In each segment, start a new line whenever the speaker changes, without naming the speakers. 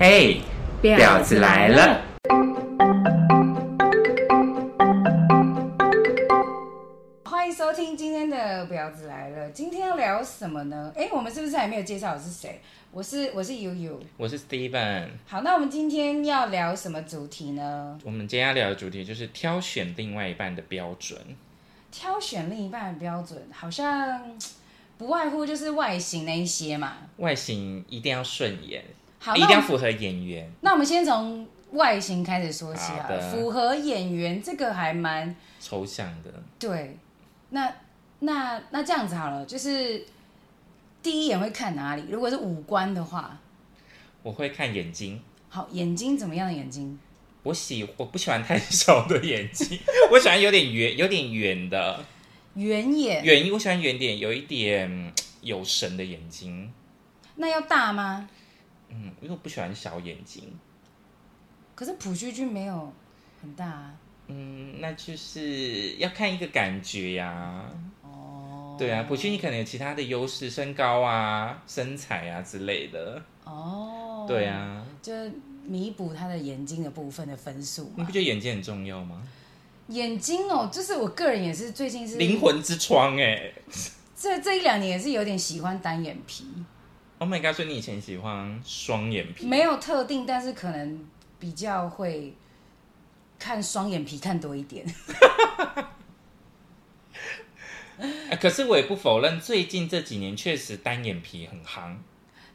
嘿，婊子来了！
欢迎收听今天的《婊子来了》。今天要聊什么呢？哎，我们是不是还没有介绍我是谁？我是我是悠悠。
我是 Steven。
好，那我们今天要聊什么主题呢？
我们今天要聊的主题就是挑选另外一半的标准。
挑选另一半的标准好像不外乎就是外形那一些嘛。
外形一定要顺眼，
好，
一定
那
要
我
符合眼缘。
那我们先从外形开始说起
好
啊
的。
符合眼缘这个还蛮
抽象的，
对。那那那这样子好了，就是第一眼会看哪里？如果是五官的话，
我会看眼睛。
好，眼睛怎么样的眼睛？
我喜我不喜欢太小的眼睛， 我喜欢有点圆，有点圆的
圆眼，
圆。我喜欢圆点，有一点嗯有神的眼睛。
那要大吗？
嗯，因为我不喜欢小眼睛。
可是朴叙俊没有很大啊。
嗯，那就是要看一个感觉呀、
哦，
对啊，普俊你可能有其他的优势，身高啊、身材啊之类的。
哦，
对，啊，
就是弥补他的眼睛的部分的分数
你
嘛
不。觉得眼睛很重要吗？
眼睛哦，就是我个人也是最近是
灵魂之窗哎、
这这一两年也是有点喜欢单眼皮，
Oh my god！所以你以前喜欢双眼皮？
没有特定，但是可能比较会看双眼皮看多一点。
啊可是我也不否认，最近这几年确实单眼皮很夯。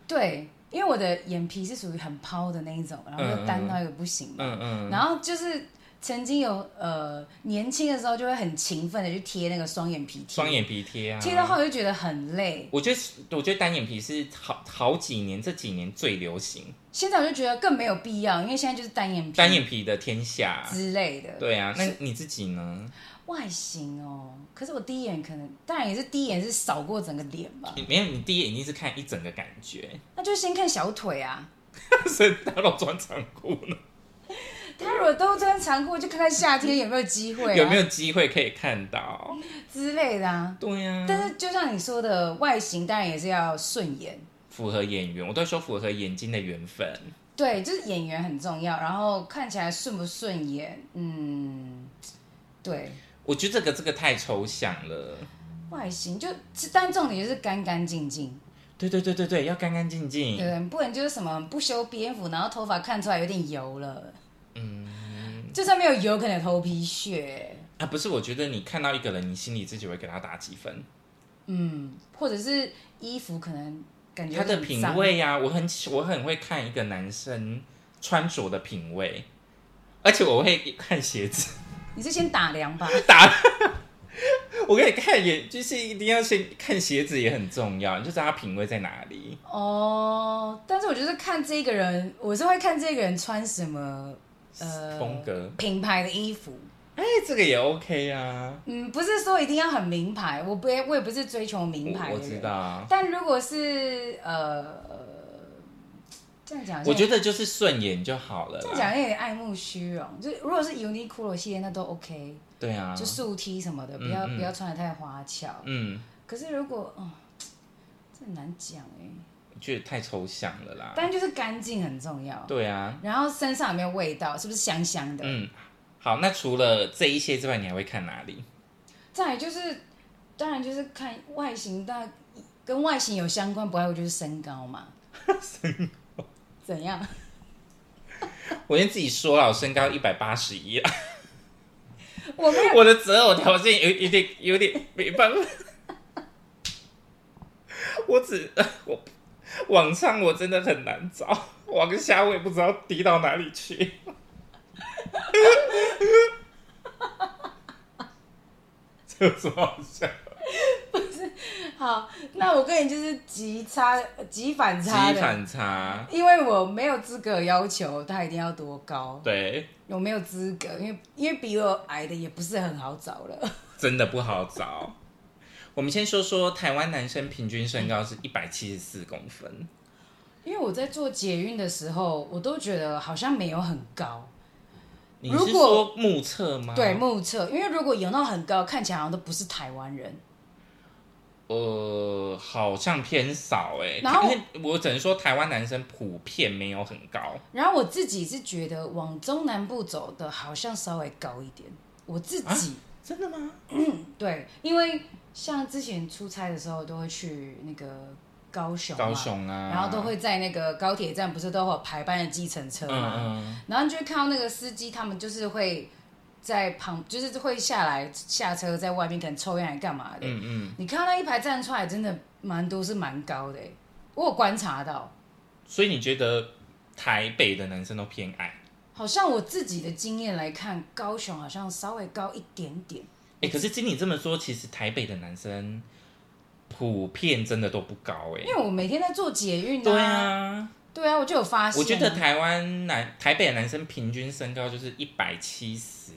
对，因为我的眼皮是属于很抛的那一种，然后
嗯嗯
又单
嗯
到一个不行嘛。
嗯嗯，
然后就是曾经有呃年轻的时候就会很勤奋的去贴那个双眼皮贴，
双眼皮贴啊。
贴到后来就觉得很累，
我觉得，我觉得单眼皮是好好几年，这几年最流行，
现在我就觉得更没有必要，因为现在就是单眼皮
单眼皮的天下。
之类的
对啊，那你自己呢？
外形哦。可是我第一眼可能当然也是第一眼是扫过整个脸吧，
你没有，你第一眼一定是看一整个感觉，
那就先看小腿啊。
所以他都穿长裤呢。
他如果都穿长裤，就看看夏天有没有机会、啊，
有没有机会可以看到？
之类的啊。
对呀、
但是就像你说的，外形当然也是要顺眼，
符合眼缘，我都会说符合眼睛的缘分。
对，就是演员很重要，然后看起来顺不顺眼，嗯，对，
我觉得这个这个太抽象了。
外形就但重点就是干干净净，
对对对对对，要干干净
对
净。
不然就是什么不修边幅，然后头发看出来有点油了，嗯，就算没有油，可能有头皮屑，
啊，不是，我觉得你看到一个人，你心里自己会给他打几分？
嗯，或者是衣服可能感觉
他的
很
品
脏，
味呀、啊我很我很会看一个男生穿着的品味，而且我会看鞋子
你是先打量吧，
打。我跟你看也就是一定要先看鞋子也很重要，你就知道他品味在哪里。
哦，但是我就是看这个人，我是会看这个人穿什么，呃，
风格
品牌的衣服。
哎、这个也 OK 啊。
嗯，不是说一定要很名牌，我不也我也不是追求名牌
我
的
我
人
知道啊。
但如果是呃，这样讲好像，
我觉得就是顺眼就好了
这样
啦。
讲有点爱慕虚荣。就是如果是 Uniqlo 系列，那都 OK，、
对啊，
就素 T 什么的，不要、
嗯嗯
不要穿的太花俏。
嗯，
可是如果哦，这很难讲哎、
我觉得太抽象了啦。
但就是干净很重要，
啊对啊，
然后身上有没有味道，是不是香香的？
嗯，好，那除了这一些之外，你还会看哪里？
再来就是，当然就是看外形，但跟外形有相关，不外乎就是身高 嘛。身高怎样？
我先自己说了，我身高一百八十一，
我没有，
我的择偶条件有有点有点没办法。 我只我往上我真的很难找，往下我也不知道低到哪里去。 这有什么好笑？
好，那我跟你就是极差、极反差
极
的，
反差，
因为我没有资格要求他一定要多高，
对，
我没有资格，因为因为比我矮的也不是很好找了。
真的不好找。我们先说说台湾男生平均身高是一百七十四公分，
因为我在做捷运的时候，我都觉得好像没有很高，
你
如
是
果
说目
啊
测吗？
对目测，因为如果有那种很高，看起来好像都不是台湾人。
呃，好像偏少哎、欸，
然后
因为我只能说台湾男生普遍没有很高，
然后我自己是觉得往中南部走的，好像稍微高一点。我自己、
啊真的吗？
对，因为像之前出差的时候，都会去那个高雄嘛，
高雄啊，
然后都会在那个高铁站，不是都会有排班的计程车
嗯
吗？
嗯，
然后你就会看到那个司机，他们就是会在旁，就是会下来下车，在外面可能抽烟还干嘛的。
嗯嗯，
你看到那一排站出来，真的蛮多是蛮高的欸，我有观察到，
所以你觉得台北的男生都偏矮？
好像我自己的经验来看，高雄好像稍微高一点点。
哎、可是经你这么说，其实台北的男生普遍真的都不高哎、
因为我每天在做捷运
对，啊，
对啊，我就有发现啊，
我觉得台湾男台北的男生平均身高就是一百七十。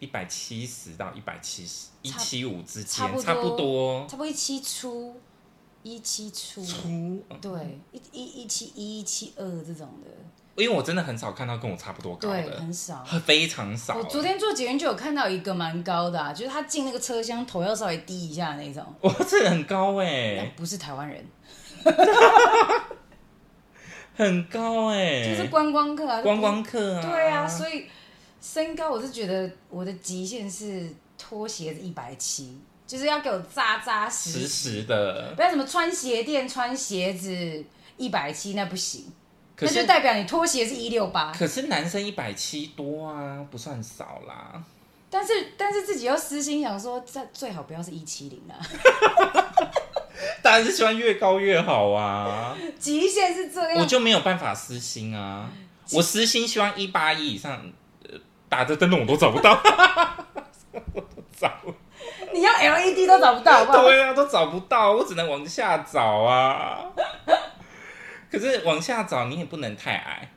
一百七十到一百七十，一
差
七五之
差不
间，
多
差不多。
差不多一七出，一七出，
粗，
对，一一一七一一七二这种的，
因为我真的很少看到跟我差不多高
对，
的，
很少。
非常少
我。昨天坐捷运就有看到一个蛮高的、啊，就是他进那个车厢头要稍微低一下那种，
哇，这个很高哎、
但不是台湾人，
很高哎、
就是观光客啊，
观光客啊。
对啊，所以身高我是觉得我的极限是拖鞋子一百七，就是要给我扎扎实
实
实，
时的。
不要什么穿鞋垫、穿鞋子一百七那不行，
可
那
是
就代表你拖鞋是一六八，
可是男生一百七多啊，不算少啦。
但是但是自己又私心想说，这最好不要是一七零啦，啊
当然是希望越高越好啊，
极限是这
我
样，
就没有办法私心啊。我私心希望一八一以上，呃打着灯笼我都找不到， 我都找不
你要 LED 都找不到，好不好？
对啊，都找不到，我只能往下找啊。可是往下找，你也不能太矮。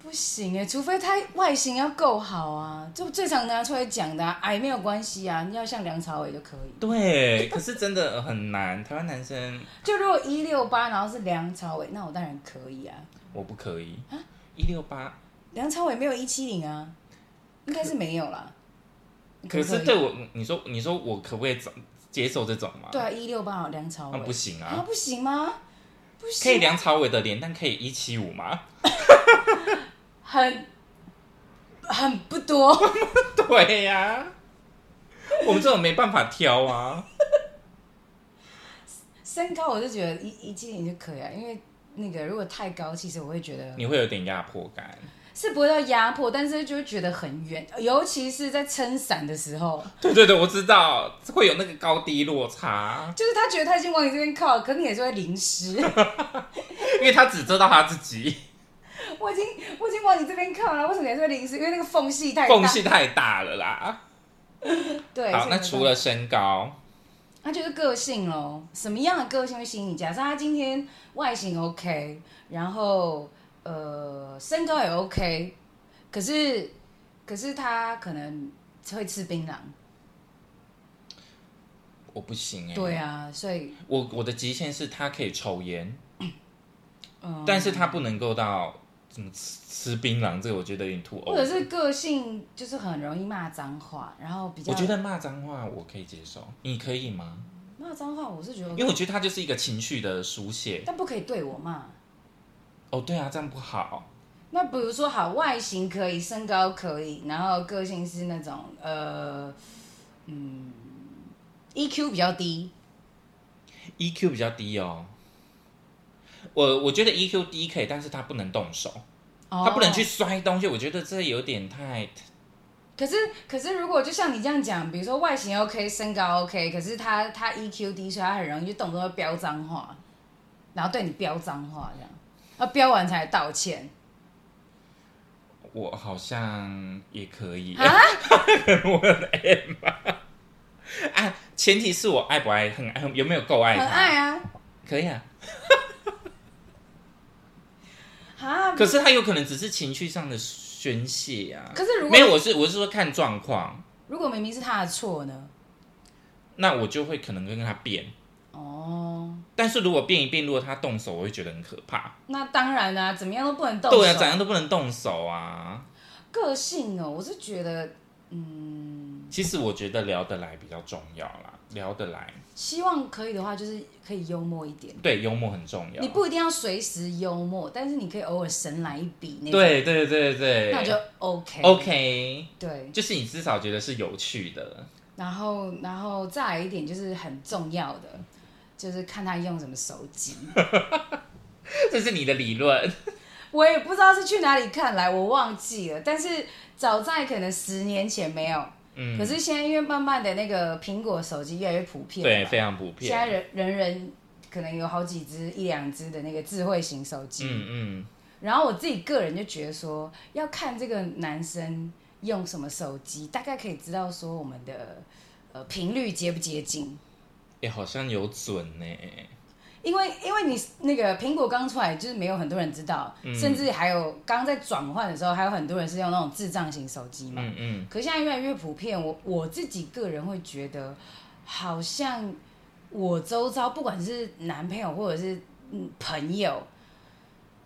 不行哎、除非他外形要够好啊，就最常拿出来讲的、啊，矮没有关系啊，你要像梁朝伟就可以。
对，可是真的很难。台湾男生
就如果一六八，然后是梁朝伟，那我当然可以啊。
我不可以，一六八。
梁朝伟没有一七零啊，应该是没有啦。你
可
不
是
以
对我，你说你说我可不可以找接受这种嘛？
对啊，一六八哦，梁朝
那
伟
不行
啊，
啊，
不行吗？不
可以
行，
梁朝伟的脸，但可以一七五吗？
很很不多，
对呀、我们这种没办法挑啊。
身高我就觉得一一七零就可以啊，因为那个如果太高，其实我会觉得
你会有点压迫感。
是不会到压迫，但是就会觉得很远，尤其是在撑伞的时候，
对对对，我知道会有那个高低落差，
就是他觉得他已经往你这边靠，可是你也是会淋湿。
因为他只知道他自己，
我已经我已经往你这边靠了，为什么你还是会淋湿？因为那个缝隙太大。
缝隙太大了啦。
对。
好，
所以
那
没
除
办
了身高，
法他就是个性咯，什么样的个性会吸引你？假设他今天外形 OK，然后呃身高也 OK，可是可是他可能会吃槟榔。
我不行哎、
对，啊，所以
我我的极限是他可以抽烟，
嗯，
但是他不能够到什么吃吃槟榔，这个我觉得有点突
或
兀
者。是个性就是很容易骂脏话，然后比较
我觉得骂脏话我可以接受，你可以吗？
骂脏话我是觉得
因为我觉得他就是一个情绪的书写。
但不可以对我骂。
哦，对啊，这样不好。
那比如说，好外形可以，身高可以，然后个性是那种呃，嗯，EQ 比较低，
EQ 比较低哦。我我觉得 EQ 低可以，但是他不能动手，
哦
他不能去。摔东西。我觉得这有点太……
可是可是，如果就像你这样讲，比如说外形 OK，身高 OK，可是他他 EQ 低，所以他很容易就动不动就飙脏话，然后对你飙脏话这样，啊，飙完才道歉
我好像也 可以。？
啊
我很爱吗？啊，前提是我爱不爱，很爱，有没有够爱
很
他？
爱啊
可以啊。
啊！
可是他有可能只是情绪上的宣泄啊。
可是如果
没有，我是我是说看状况，
如果明明是他的错呢？
那我就会可能跟他变。
哦，
但是如果变一变，如果他动手，我会觉得很可怕。
那当然啦、怎么样都不能动手。
对啊，怎样都不能动手啊。
个性哦，我是觉得
其实我觉得聊得来比较重要啦。聊得来，
希望可以的话，就是可以幽默一点。
对，幽默很重要。
你不一定要随时幽默，但是你可以偶尔神来一笔那种，
对对对对，
那我就 OK。
OK，
对，
就是你至少觉得是有趣的。
然后然后再来一点就是很重要的，就是看他用什么手机。
这是你的理论，
我也不知道是去哪里看来，我忘记了。但是早在可能十年前没有，
嗯，
可是现在因为慢慢的那个苹果手机越来越普遍了
对，
嘛，
非常普
现在
遍。
啊人人人可能有好几只一两只的那个智慧型手机。
嗯嗯，
然后我自己个人就觉得说，要看这个男生用什么手机，大概可以知道说我们的呃频率接不接近。
也、好像有准呢、
因为因为你那个苹果刚出来，就是没有很多人知道，甚至还有刚在转换的时候，还有很多人是用那种智障型手机嘛。
嗯嗯，
可现在越来越普遍，我我自己个人会觉得，好像我周遭不管是男朋友或者是嗯朋友，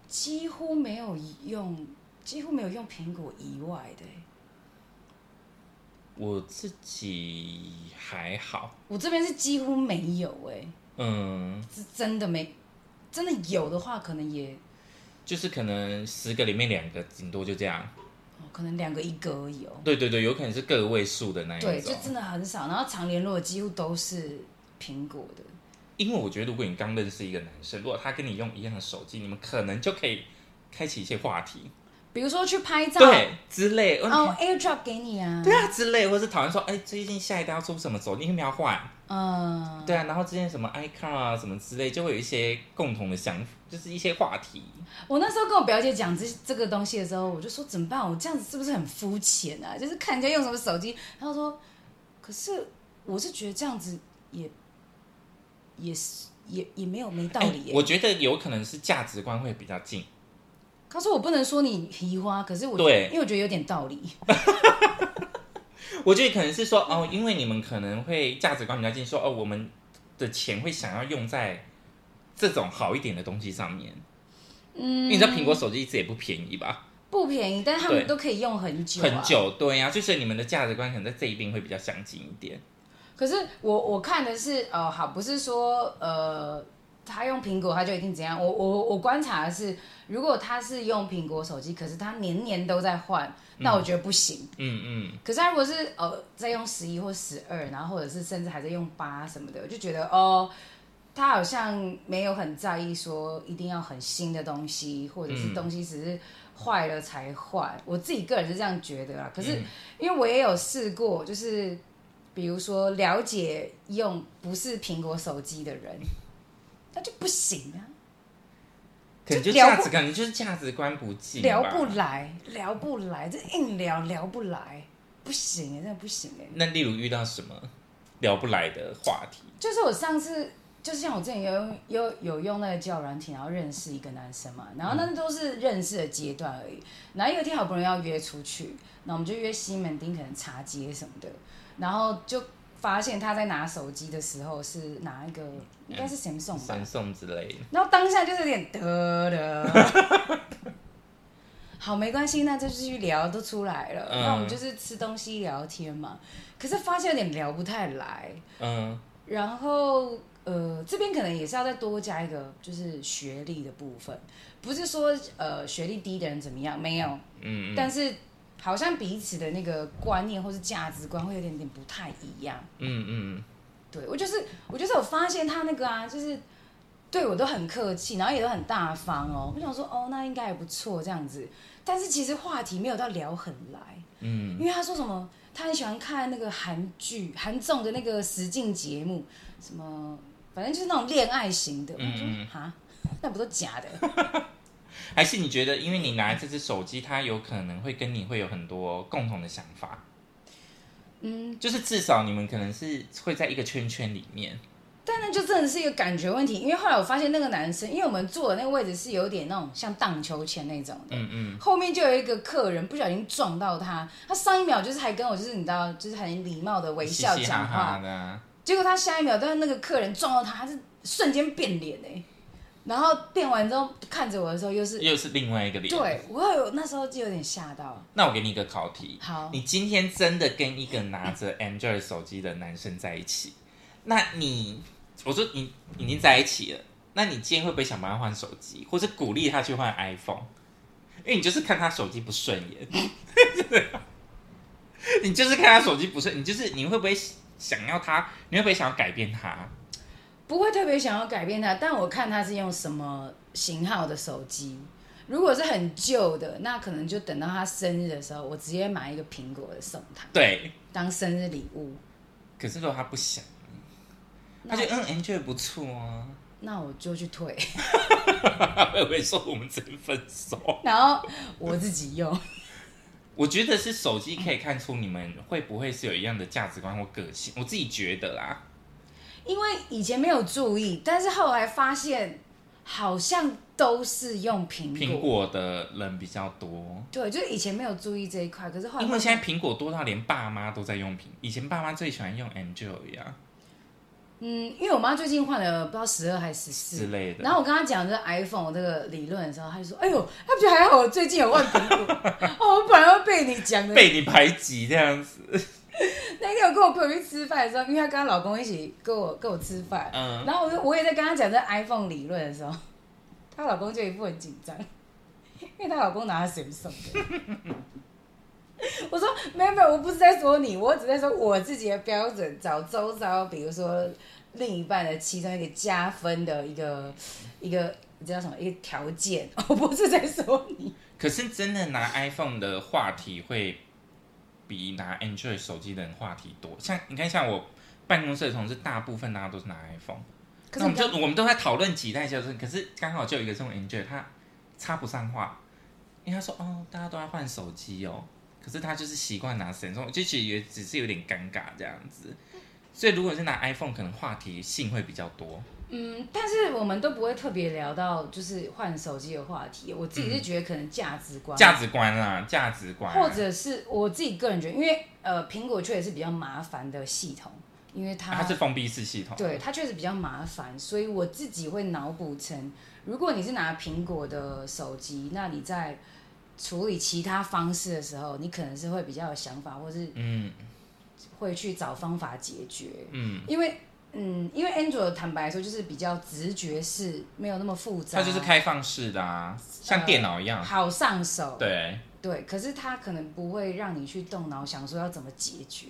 几乎没有用，几乎没有用苹果以外的欸、
我自己还好，
我这边是几乎没有哎、
嗯，
是真的没，真的有的话可能也、
就是可能十个里面两个，顶多就这样。
哦可能两个一个而已哦、
对对对，有可能是个位数的那一种。
对，就真的很少，然后常联络的几乎都是苹果的。
因为我觉得，如果你刚认识一个男生，如果他跟你用一样的手机，你们可能就可以开启一些话题，
比如说去拍照，
对之类。
哦，AirDrop 给你啊，
对啊，之类，或是讨论说，哎、最近下一代要出什么手机，你有没有要换？
嗯，
对啊，然后之前什么 iCar 啊，什么之类，就会有一些共同的想，就是一些话题。
我那时候跟我表姐讲这这个东西的时候，我就说怎么办？我这样子是不是很肤浅啊？就是看人家用什么手机。她说，可是我是觉得这样子也也是也也没有没道理
哎
耶、
我觉得有可能是价值观会比较近。
她说我不能说你皮花，可是我
对
因为我觉得有点道理。
我觉得可能是说，哦，因为你们可能会价值观比较近，说哦，我们的钱会想要用在这种好一点的东西上面。嗯，因为你知道苹果手机一直也不便宜吧？
不便宜，但是他们
对
都可以用很久、啊，
很。久，对呀、就是你们的价值观可能在这一边会比较相近一点。
可是我我看的是呃，好，不是说呃，他用苹果他就一定怎样。我我我观察的是，如果他是用苹果手机，可是他年年都在换，那我觉得不行。
嗯嗯，
可是他如果是呃在用十一或十二，然后或者是甚至还在用八什么的，我就觉得哦，他好像没有很在意说一定要很新的东西，或者是
嗯
东西只是坏了才坏。我自己个人是这样觉得啦。可是
嗯
因为我也有试过，就是比如说了解用不是苹果手机的人，那就不行啊。
可能就
就聊
价
不
值感，就是价值观不近吧，
聊不来，聊不来，这硬聊聊不来，不行、欸，真的不行哎、
那例如遇到什么聊不来的话题，
就是我上次，就是像我之前有用有有用那个交友软体，然后认识一个男生嘛，然后那都是认识的阶段而已。然后有一天好不容易要约出去，那我们就约西门町可能茶街什么的，然后就发现他在拿手机的时候是拿一个应该是 Samsung 吧，
嗯三送之类的，
然后当下就是有点得的。 好，没关系，那就继续聊，都出来了。
嗯
那我们就是吃东西聊天嘛。可是发现有点聊不太来，
嗯，
然后呃，这边可能也是要再多加一个，就是学历的部分，不是说呃学历低的人怎么样，没有，嗯但是好像彼此的那个观念或是价值观会有点点不太一样。
嗯嗯，
对我就是我就是有发现他那个啊，就是对我都很客气，然后也都很大方哦。我想说哦，那应该也不错这样子，但是其实话题没有到聊很来，嗯，因为他说什么，他很喜欢看那个韩剧、韩综的那个实境节目，什么反正就是那种恋爱型的，我
嗯
说哈， 那不都假的？
还是你觉得，因为你拿这只手机，它有可能会跟你会有很多共同的想法，嗯，就是至少你们可能是会在一个圈圈里面，
但那就真的是一个感觉问题，因为后来我发现那个男生，因为我们坐的那个位置是有点那种像荡秋千那种的，
嗯嗯，
后面就有一个客人不小心撞到他，他上一秒就是还跟我就是你知道就是很礼貌的微
嘻
笑
嘻哈
讲话，
哈的啊，
结果他下一秒，但是那个客人撞到他，他是瞬间变脸哎、然后变完之后看着我的时候又是，
又是另外一个脸。
对我有那时候就有点吓到，
那我给你一个考题，
好
你今天真的跟一个拿着 Android 手机的男生在一起，那你，我说你已经在一起了，那你今天会不会想帮他换手机，或是鼓励他去换 iPhone？因为你就是看他手机不顺眼， 你就是看他手机不顺，你就是你会不会想要他？你会不会想要改变他？
不会特别想要改变它，但我看它是用什么型号的手机。如果是很旧的，那可能就等到他生日的时候，我直接买一个苹果的送他
对，
当生日礼物。
可是如果他不想，他
那
就嗯，N 觉得不错啊，
那我就去退，
会不会说我们真分手？
然后我自己用。
我觉得是手机可以看出你们会不会是有一样的价值观或个性，我自己觉得啦。
因为以前没有注意，但是后来发现好像都是用苹
苹果的人比较多，
对，就是以前没有注意这一块，可是后来
因为
发
现在苹果多到连爸妈都在用苹，以前爸妈最喜欢用 Android 啊一样
嗯，因为我妈最近换了不知道十二还是
之
十四，
类的。
然后我跟她讲这个 iPhone 这个理论的时候，她就说：“哎呦，她不觉得还好，我最近有换苹果。”哦，我本来会被你讲的。
被你排挤这样子，
那天我跟我朋友去吃饭的时候，因为她跟她老公一起跟我跟我吃饭，
嗯，
然后我就我也在跟她讲这 iPhone 理论的时候，她老公就一副很紧张， 因为她老公拿她手机送的。 我说没有没有，我不是在说你，我只在说我自己的标准，找周遭，比如说另一半的其中一个加分的一个一个叫什么一个条件，我不是在说你。
可是真的拿 iPhone 的话题会比拿 Android 手机的人话题多。像你看，像我办公室的同事，大部分大家都是拿 iPhone，
可
那
是
我
你
们就
刚
我们都在讨论几代就是，可是刚好就有一个这种 Android，他插不上话，因为他说哦，大家都在换手机哦，可是他就是习惯拿 Samsung，就其实也只是有点尴尬这样子。所以如果是拿 iPhone，可能话题性会比较多。
嗯，但是我们都不会特别聊到就是换手机的话题，我自己是觉得可能价值观
嗯价值观啦，价值观，
或者是我自己个人觉得，因为呃，苹果确实是比较麻烦的系统，因为它、
啊它是封闭式系统，
对它确实比较麻烦，所以我自己会脑补成，如果你是拿苹果的手机，那你在处理其他方式的时候，你可能是会比较有想法，或是
嗯
会去找方法解决，
嗯。
因为。嗯，因为 Android 坦白说就是比较直觉式，没有那么复杂，呃
它就是开放式的啊，像电脑一样。
好上手，
啊对
对，可是它可能不会让你去动脑想说要怎么解决，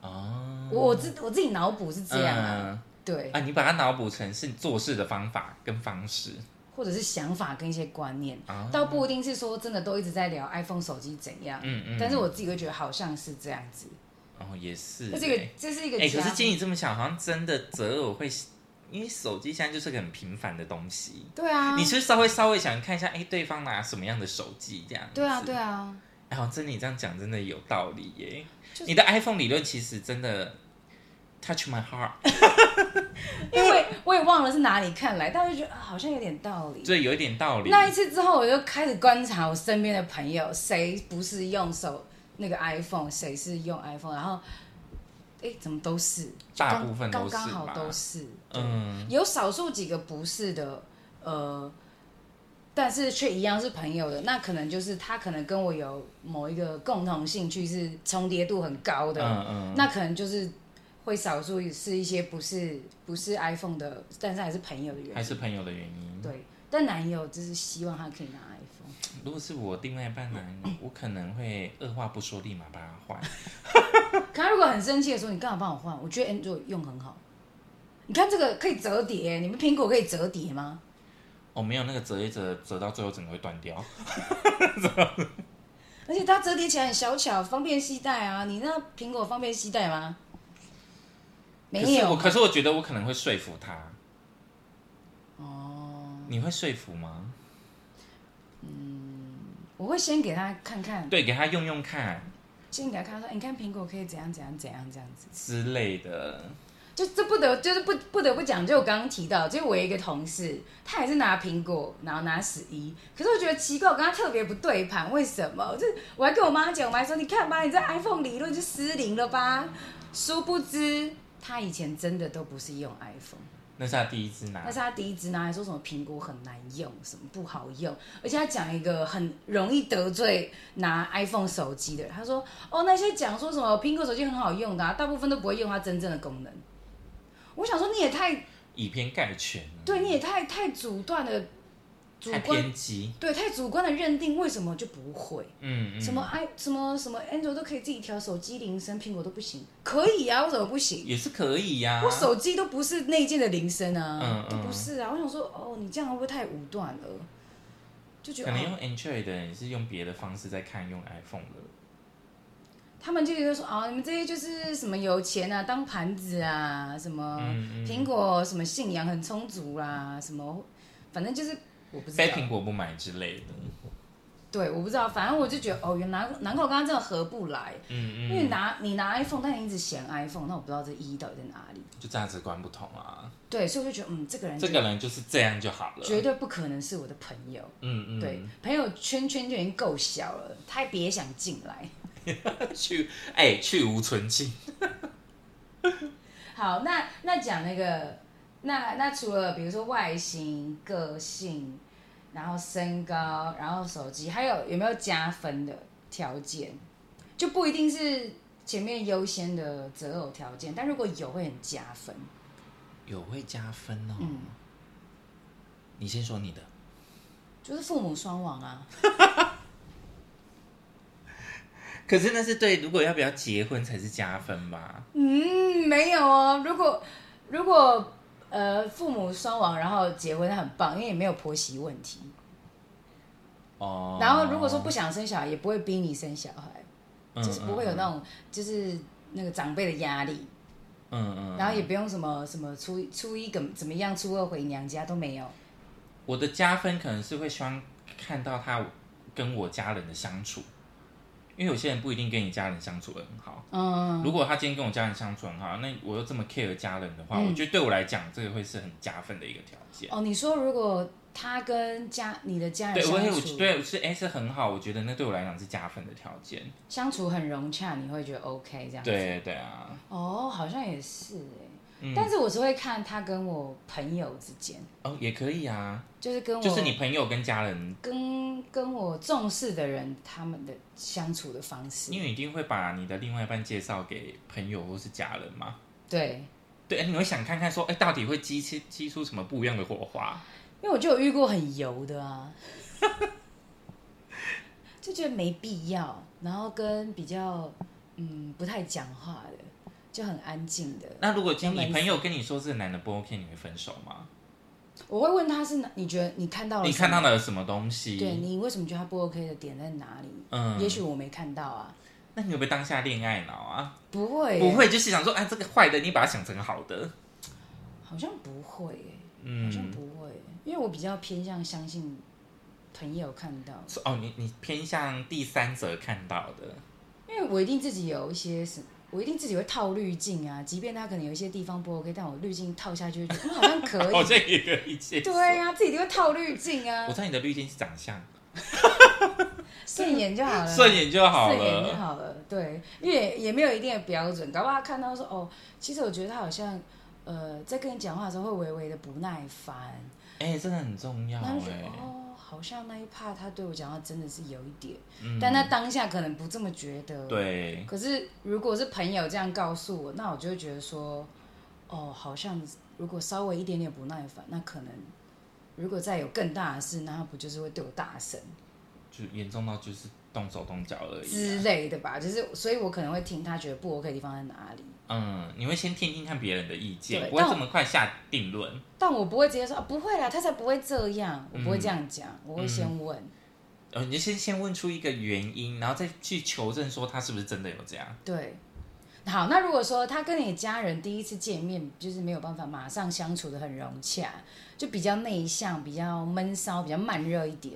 哦，
我我自我自己脑补是这样啊，对
嗯、，啊，你把它脑补成是做事的方法跟方式
或者是想法跟一些观念，
啊，
倒不一定是说真的都一直在聊 iPhone 手机怎样，
嗯嗯，
但是我自己会觉得好像是这样子，
哦也是、
这是一
欸
个，这是一个
哎、
家，
可是经你这么想，好像真的择偶会，因为手机现在就是个很平凡的东西，
对啊
你，是不是稍微稍微想看一下，哎、对方拿什么样的手机这样子，
对啊，对啊，
哎，好，真的你这样讲真的有道理耶。
就是
你的 iPhone 理论其实真的 touch my heart，
哎因为我也忘了是哪里看来，但我就觉得、啊好像有点道理。
这有一点道理。
那一次之后，我就开始观察我身边的朋友，谁不是用手那个 iPhone，谁是用 iPhone，然后，哎、怎么都是，
大部分
刚
都是
刚好
吧
都是，嗯，
嗯。
有少数几个不是的，呃，但是却一样是朋友的，那可能就是他可能跟我有某一个共同兴趣是重叠度很高的，
嗯嗯，
那可能就是会少数是一些不是不是 iPhone 的，但是还是朋友的原
还
因，
是朋友的原因。
对。但男友就是希望他可以拿 iPhone，
如果是我另外一半男友，我可能会二话不说立马把它换。
可他如果很生气的时候，你干嘛帮我换？我觉得 Android 用很好。你看这个可以折叠，欸你们苹果可以折叠吗？
哦，没有那个折一折，折到最后整个会断掉。
而且它折叠起来很小巧，方便携带啊。你那苹果方便携带吗？没
可是
有
我，可是我觉得我可能会说服他。
哦。
你会说服吗？
我会先给他看看，
对，给他用用看
先给他看说，哎你看苹果可以怎样怎样怎样这样子。
之类的。
就这不得就是不不得不讲，就我刚刚提到，就我有一个同事，他也是拿苹果，然后拿十一，可是我觉得奇怪，我跟他特别不对盘，为什么？就是我还跟我妈讲，我妈还说你看吧，你这 iPhone 理论就失灵了吧？殊不知他以前真的都不是用 iPhone。
那是他第一次拿
但，是他第一支拿来说什么苹果很难用，什么不好用，而且他讲一个很容易得罪拿 iPhone 手机的人，他说哦那些讲说什么苹果手机很好用的、啊，大部分都不会用它真正的功能。我想说你也太
以偏概全了，
对，你也太太阻断了，主
太
观
偏激，
对太主观的认定，为什么就不会？
嗯，嗯
什么哎什么什么 Android 都可以自己调手机铃声，苹果都不行，可以啊，为什么不行？
也是可以呀、
我手机都不是内建的铃声啊，
啊嗯
都不是啊。我想说，哦，你这样会不会太武断了？就觉
可
得、
能
哦、
用 Android 的人是用别的方式在看用 iPhone 的，
他们就觉得说，哦，你们这些就是什么有钱啊，当盘子啊，什么
嗯
苹果什么信仰很充足啦、什么反正就是啊我不知道
非，苹果不买之类的，
对，我不知道，反正我就觉得，哦，原来难怪我刚刚真的合不来，
嗯
因
嗯，
为拿你拿 iPhone，但你一直嫌 iPhone，那我不知道这意义到底在哪里。
就价值观不同啊，
对，所以我就觉得，嗯，这个人
这
就
个人就是这样就好了，
绝对不可能是我的朋友。
嗯嗯，
对，朋友圈圈就已经够小了，他也别想进来。
去哎、去无存菁，
好，那那讲那个，那那除了比如说外形、个性，然后身高，然后手机，还有有没有加分的条件？就不一定是前面优先的择偶条件，但如果有会很加分。
有会加分哦。
嗯
你先说你的，
就是父母双亡啊，
可是那是对，如果要不要结婚才是加分吧？
嗯，没有哦。如果如果呃父母双亡，然后结婚，那很棒，因为也没有婆媳问题。
哦，
然后如果说不想生小孩，也不会逼你生小孩，
嗯，
就是不会有
种，
那种就是那个长辈的压力，
嗯嗯，
然后也不用什么什么初初一怎怎么样，初二回娘家都没有。
我的加分可能是会希望看到他跟我家人的相处，因为有些人不一定跟你家人相处的很好。
嗯，
如果他今天跟我家人相处很好，那我又这么 care 家人的话，
嗯
我觉得对我来讲，这个会是很加分的一个条件。
哦，你说如果他跟家你的家人
对，我也
相
我
处
对是哎是很好，我觉得那对我来讲是加分的条件。
相处很融洽，你会觉得 OK 这样？。
对对啊，
哦，好像也是哎、
嗯
但是我只会看他跟我朋友之间，
哦也可以啊，
就是跟我
就是你朋友跟家人，
跟跟我重视的人他们的相处的方式
因，哎为你一定会把你的另外一半介绍给朋友或是家人嘛。
对。
对，哎你会想看看说，哎，到底会激起激出什么不一样的火 花？
因为我就有遇过很油的啊， 就觉得没必要，然后跟比较嗯不太讲话的，就很安静的，
那如果今
原
天
本
你朋友跟你说这个男的不 OK，你会分手吗？
我会问他是哪，你觉得你看到了
你
什么，
看到了什么东
对
西？
你为什么觉得他不 OK 的点在哪里？
嗯，
也许我没看到啊，
那你有没有当下恋爱脑啊？
不会耶、
不会，就是想说，哎，这个坏的你把它想成好的，
好像不会耶、好像
嗯，
不会耶、因为我比较偏向相信朋友看到，
是哦，你你偏向第三者看到的，
因为我一定自己有一些什，我一定自己会套滤镜啊，即便他可能有一些地方不 OK，但我滤镜套下去就觉得嗯好像可
好像
以。
也可以接受。
对呀、自己就会套滤镜啊
我，猜你的滤镜是长相，
顺眼就好了，
顺眼就好
呃顺眼就
了。
好了。对，因为也没有一定的标准，搞不好他看到说哦，其实我觉得他好像呃在跟你讲话的时候会微微的不耐烦，
哎，真的很重要
然后就觉得
哎。
哦，好像那一趴他对我讲话真的是有一点，
嗯
但他当下可能不这么觉得。
对，
可是如果是朋友这样告诉我，那我就会觉得说，哦，好像如果稍微一点点不耐烦，那可能如果再有更大的事，那他不就是会对我大声
就严重到就是动手动脚而
之
已啊。
类的吧？就是，所以我可能会听他觉得不 OK 的地方在哪里，
嗯，你会先听听看别人的意见，
对
不会
但我
这么快下定论。
但我不会直接说啊，不会啦，他才不会这样，我不会这样讲，我会先问。
呃，你就先先问出一个原因，然后再去求证说他是不是真的有这样。
对，好，那如果说他跟你家人第一次见面，就是没有办法马上相处的很融洽，就比较内向、比较闷骚、比较慢热一点，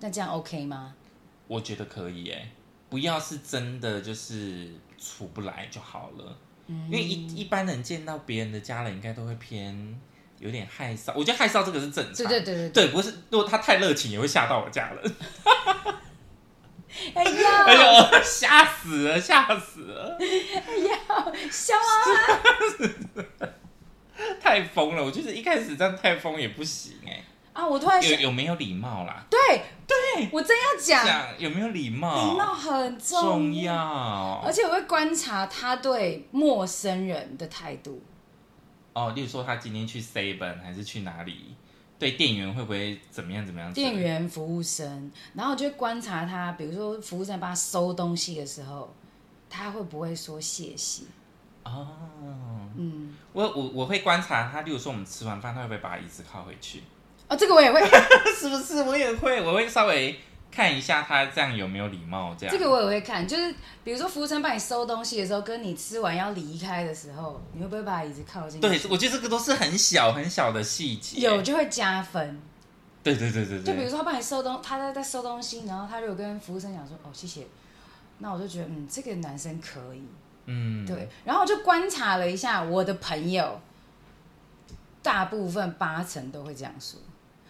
那这样 OK 吗？
我觉得可以诶，不要是真的就是处不来就好了。
嗯
因为一一般人见到别人的家人，应该都会偏有点害臊。我觉得害臊这个是正常，
对哦对对
对不是如果他太热情，也会吓到我家人。
对，哎呀，
哎呦，吓死了，吓死了，
哎笑啊！
太疯了！我就是一开始这样太疯也不行哎、
啊，我突然
有
想，
有没有礼貌啦？
对对，我正要
这
讲，
样有没有礼貌？
礼貌很
重
要，
要
而且我会观察他对陌生人的态度。
哦，例如说他今天去 Seven 还是去哪里，对店员会不会怎么样怎么样？
店，员、服务生，然后我就观察他，比如说服务生帮他收东西的时候，他会不会说谢谢？哦，嗯，
我我我会观察他，例如说我们吃完饭，他会不会把椅子靠回 去？
哦，这个我也会，
是不是？我也会，我会稍微看一下他这样有没有礼貌，这样。
这个我也会看，就是比如说服务生帮你收东西的时候，跟你吃完要离开的时候，你会不会把椅子靠近？
对，，我觉得这个都是很小很小的细节。
有，就会加分。
对对对对
就比如
对，
说他帮你收东，他在在收东西，然后他如果跟服务生讲说：“哦，谢谢。”那我就觉得，嗯，这个男生可以。
嗯，
对，然后我就观察了一下我的朋友，大部分八成都会这样说。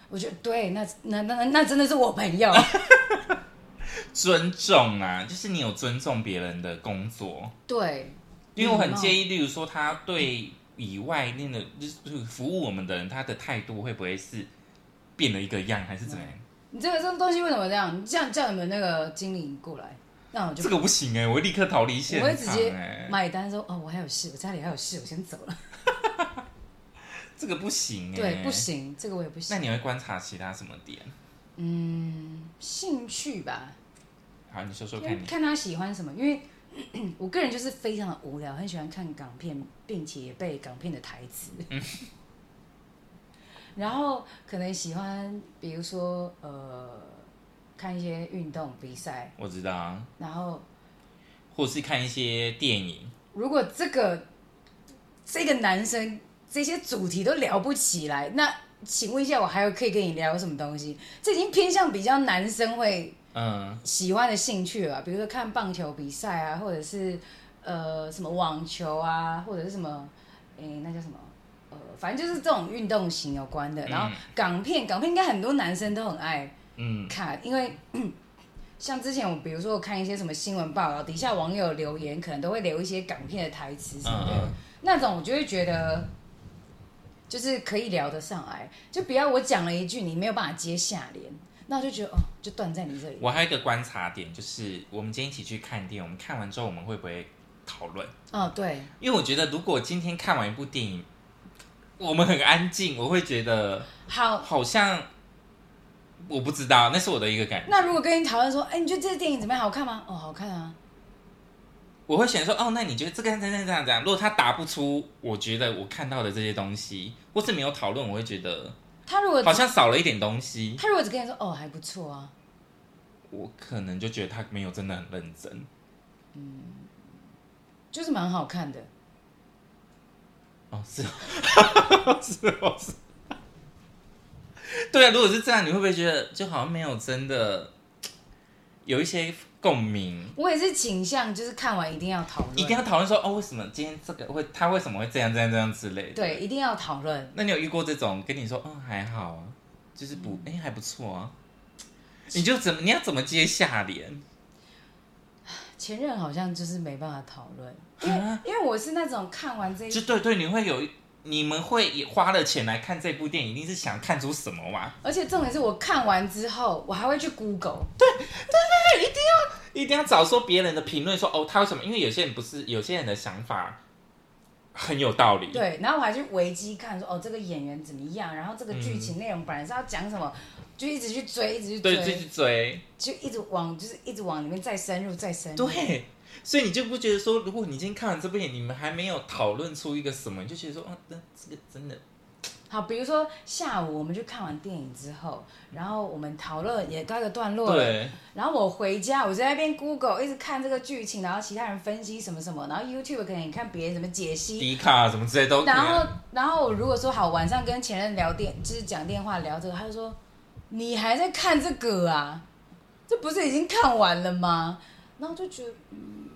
我觉得对，那那那那那真的是我 朋友，
尊重啊，就是你有尊重别人的工作，
对，
因为我很介
意。
意，例如说他对以外那个就是服务我们的人，他的态度会不会是变了一个样，还是怎么样？
你这个这种东西为什么这样？你这样叫你们那个经理过来，那我就
这个不行哎、我会立刻逃离现
我
场
会直接
哎、
买单说：“哦，我还有事，我家里还有事，我先走 了。
这个不行”哎、
对，不。行，这个我也不
那
行。
你会观察其他什么点？
嗯，兴趣吧，
好，你说说
因为
看你。
看他喜欢什么，因为 我个人就是非常的无聊，很喜欢看港片，并且也背港片的台 词。然后可能喜欢，比如说呃，看一些运动比赛。
我知道，啊
然后
或是看一些电影，
如果这个这个男生这些主题都聊不起来，那请问一下，我还有可以跟你聊什么东西？这已经偏向比较男生会
嗯，
喜欢的兴趣啊了吧，比如说看棒球比赛啊，或者是呃什么网球啊，或者是什么，诶、那叫什么？呃，反正就是这种运动型有关的。
嗯
然后港片，港片应该很多男生都很爱
嗯，
看，因为 像之前我比如说我看一些什么新闻报道，底下网友留言可能都会留一些港片的台词什么的，
嗯嗯
那种我就会觉得。就是可以聊得上来，就不要我讲了一句你没有办法接下联，那我就觉得哦，就断在你这里。
我还有一个观察点，就是我们今天一起去看电影，我们看完之后我们会不会讨论？
哦，对，
因为我觉得如果今天看完一部电影，我们很安静，我会觉得
好，
好像我不知道，那是我的一个感觉。
那如果跟你讨论说，哎、你觉得这个电影怎么样？好看吗？哦，好看啊。
我会选说，哦，那你觉得这个这样这样这样？如果他答不出，我觉得我看到的这些东西，或是没有讨论，我会觉得
他如果
好像少了一点东西，
他如果只跟你说，哦，还不错啊，
我可能就觉得他没有真的很认真。
就是蛮好看的。
哦，是 哦，是哦，是。对啊，如果是这样，你会不会觉得就好像没有真的有一些共鸣？
我也是倾向就是看完一定要讨论，
一定要讨论说哦，为什么今天这个会他为什么会这样这样这样之类的？
对，，一定要讨论。
那你有遇过这种跟你说嗯还好啊，就是不
嗯
哎、还不错啊，你就怎么你要怎么接下联？
前任好像就是没办法讨论，因为、
啊
因为我是那种看完这一
就对对，你会有你们会也花了钱来看这部电影，一定是想看出什么嘛？
而且重点是我看完之后，我还会去 Google，
一定要找说别人的评论说哦，他为什么？因为有些人不是有些人的想法很有道理，，
对，然后我还去维基看说，哦，这个演员怎么样，然后这个剧情内容本来是要讲什么，就一直去追，一直去
对，就去
追，
追，
就一直往就是一直往里面再深入，再深入。
对。所以你就不觉得说，如果你今天看完这部电影，你们还没有讨论出一个什么，你就觉得说，哦，那这个真的，
好，比如说下午我们去看完电影之后，然后我们讨论也告一个段落了。
对，
然后我回家，我就在那边 Google 一直看这个剧情，然后其他人分析什么什么，然后 YouTube 可能也看别人怎么解析。
迪卡什么之类都可以
然
啊。
后，然后我如果说好晚上跟前任聊电，就是讲电话聊这个，他就说你还在看这个啊？这不是已经看完了吗？然后我就觉得，嗯，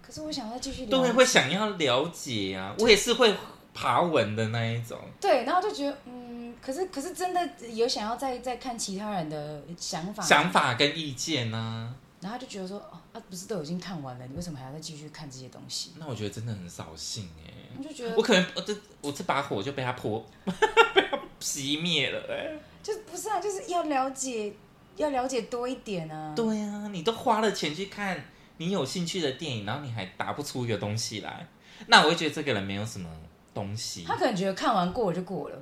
可是我想再继续聊。
对，会想要了解啊，我也是会爬文的那一种。
对，然后就觉得，嗯，可是可是真的有想要再再看其他人的想法，
想法跟意见啊呢、
然后他就觉得说，哦，啊，不是都已经看完了，你为什么还要再继续看这些东西？
那我觉得真的很扫兴哎、
我就觉得
我，可能我这我这把火就被他泼， 被他熄灭了哎、
就不是啊，就是要了解，要了解多一点啊。
对啊，你都花了钱去看你有兴趣的电影，然后你还答不出一个东西来，那我会觉得这个人没有什么东西
他。可能觉得看完过就过了，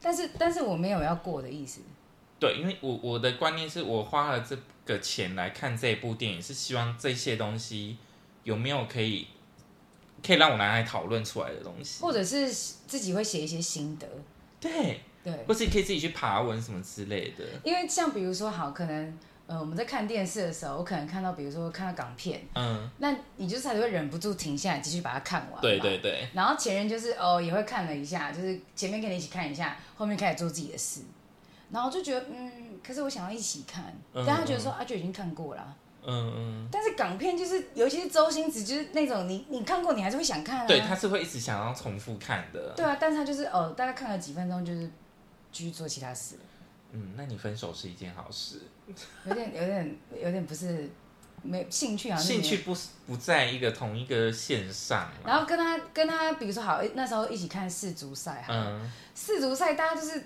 但是但是我没有要过的意思。
对，因为我我的观念是我花了这个钱来看这部电影，是希望这些东西有没有可以可以让我拿来讨论出来的东西。
或者是自己会写一些心得，
对，
对，
或是你可以自己去爬文什么之类的。
因为像比如说好，可能呃我们在看电视的时候，我可能看到比如说看到港片，
嗯，
那你就是还是会忍不住停下来继续把它看完嘛，
对对对，
然后前任就是哦也会看了一下，就是前面跟你一起看一下，后面开始做自己的事，然后就觉得嗯，可是我想要一起看，
嗯
但他觉得说、啊就已经看过了啊、
嗯嗯，
但是港片就是尤其是周星驰就是那种你你看过你还是会想看啊，
对，他是会一直想要重复看的。
对啊，但是他就是哦大概看了几分钟就是继续做其他事了。
嗯，那你分手是一件好事，
啊有点有点有点不是没兴趣，啊好像是
兴
没有
趣不是不在一个同一个线上啦。
然后跟他跟他，比如说好，那时候一起看世足赛哈，
嗯，
世足赛大家就是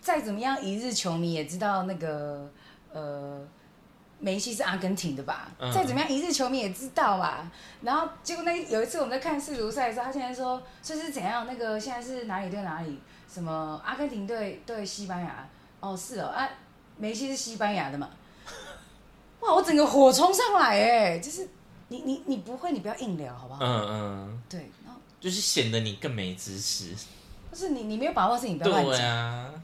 再怎么样一日球迷也知道那个呃梅西是阿根廷的吧，
嗯
再怎么样一日球迷也知道吧。然后结果那有一次我们在看世足赛的时候，他现在说这是怎样，那个现在是哪里对哪里，什么阿根廷对对西班牙，哦是哦啊，梅西是西班牙的嘛。哇！我整个火冲上来哎，就是你你你不会，你不要硬聊好不好？
嗯嗯，
对，然后
就是显得你更没知识。
就是你你没有把握的事情，你不要乱
对
讲。
啊，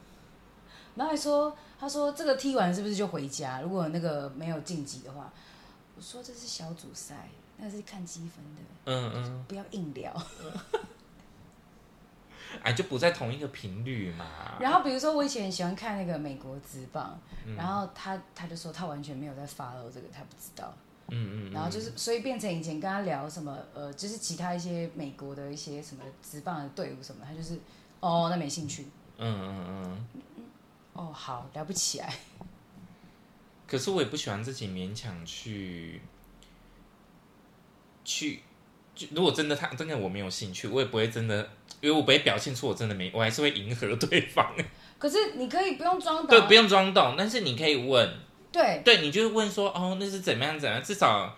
然后还说，他说这个踢完是不是就回家？如果那个没有晋级的话，我说这是小组赛，那是看积分的，
嗯嗯，
不要硬聊。
哎，就不在同一个频率嘛。
然后比如说我以前很喜欢看那个美国职棒，
嗯
然后他他就说他完全没有在 follow 这个，他不知道。
嗯嗯，
然后就是，所以变成以前跟他聊什么，呃，就是其他一些美国的一些什么职棒的队伍什么，他就是哦，那没兴趣。
嗯嗯嗯。
哦，好，聊不起来。
可是我也不喜欢自己勉强去，去，就如果真的他真的我没有兴趣，我也不会真的，因为我不会表现出我真的没，我还是会迎合对方。
可是你可以不用装懂
对，
啊，
不用装懂，但是你可以问，
对，
对你就是问说，哦，那是怎么样怎么样，至少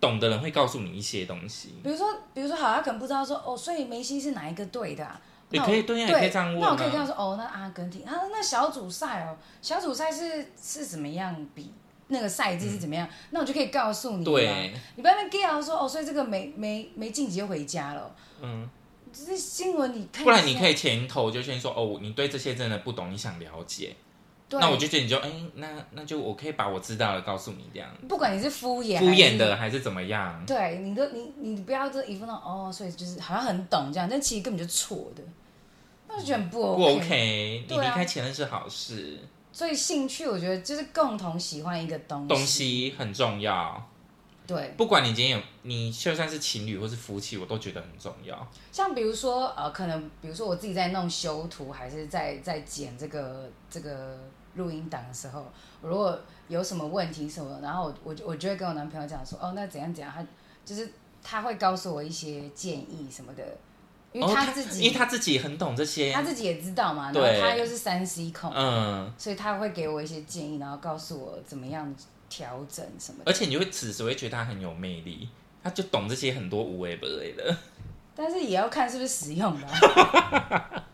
懂的人会告诉你一些东西。
比如说，比如说，好，他可能不知道说，哦，所以梅西是哪一个队的、啊？
也
那我
可以对呀也可以这样问啊
那我可以跟他说，哦，那阿根廷，啊，那小组赛哦，小组赛是是怎么样比？那个赛制是怎么样？那我就可以告诉你。
嗯对，，
你不要那 gay 啊说，哦，所以这个没没没晋级就回家了。
嗯，
这是新闻你看，
不然你可以，前头就先说，哦，你对这些真的不懂，你想了解，
对
那我就觉得你就，哎、那那就我可以把我知道的告诉你，这样
不管你是敷衍
敷衍
还
的
是。
还是怎么样？
对，你都你你不要这一副那种哦，所以就是好像很懂这样，但其实根本就错的，那我就觉得很不 OK。
不 OK，你
对啊
离开前任是好事，
所以兴趣，我觉得就是共同喜欢一个东西。
东西很重要。
对，
不管你今天有，你就算是情侣或是夫妻，我都觉得很重要。
像比如说呃，可能比如说我自己在弄修图，还是在在剪这个这个录音档的时候，我如果有什么问题什么，然后我我就我就会跟我男朋友讲说，哦，那怎样怎样，他就是他会告诉我一些建议什么的，因为
哦
他自
因
己、
为他自己很懂这些，
他自己也知道嘛，然
对
后他又是三 C 控，
嗯，
所以他会给我一些建议，然后告诉我怎么样调整什么的。
而且你会此时会觉得他很有魅力，他就懂这些很多无为不为的。
但是也要看是不是实用的啊、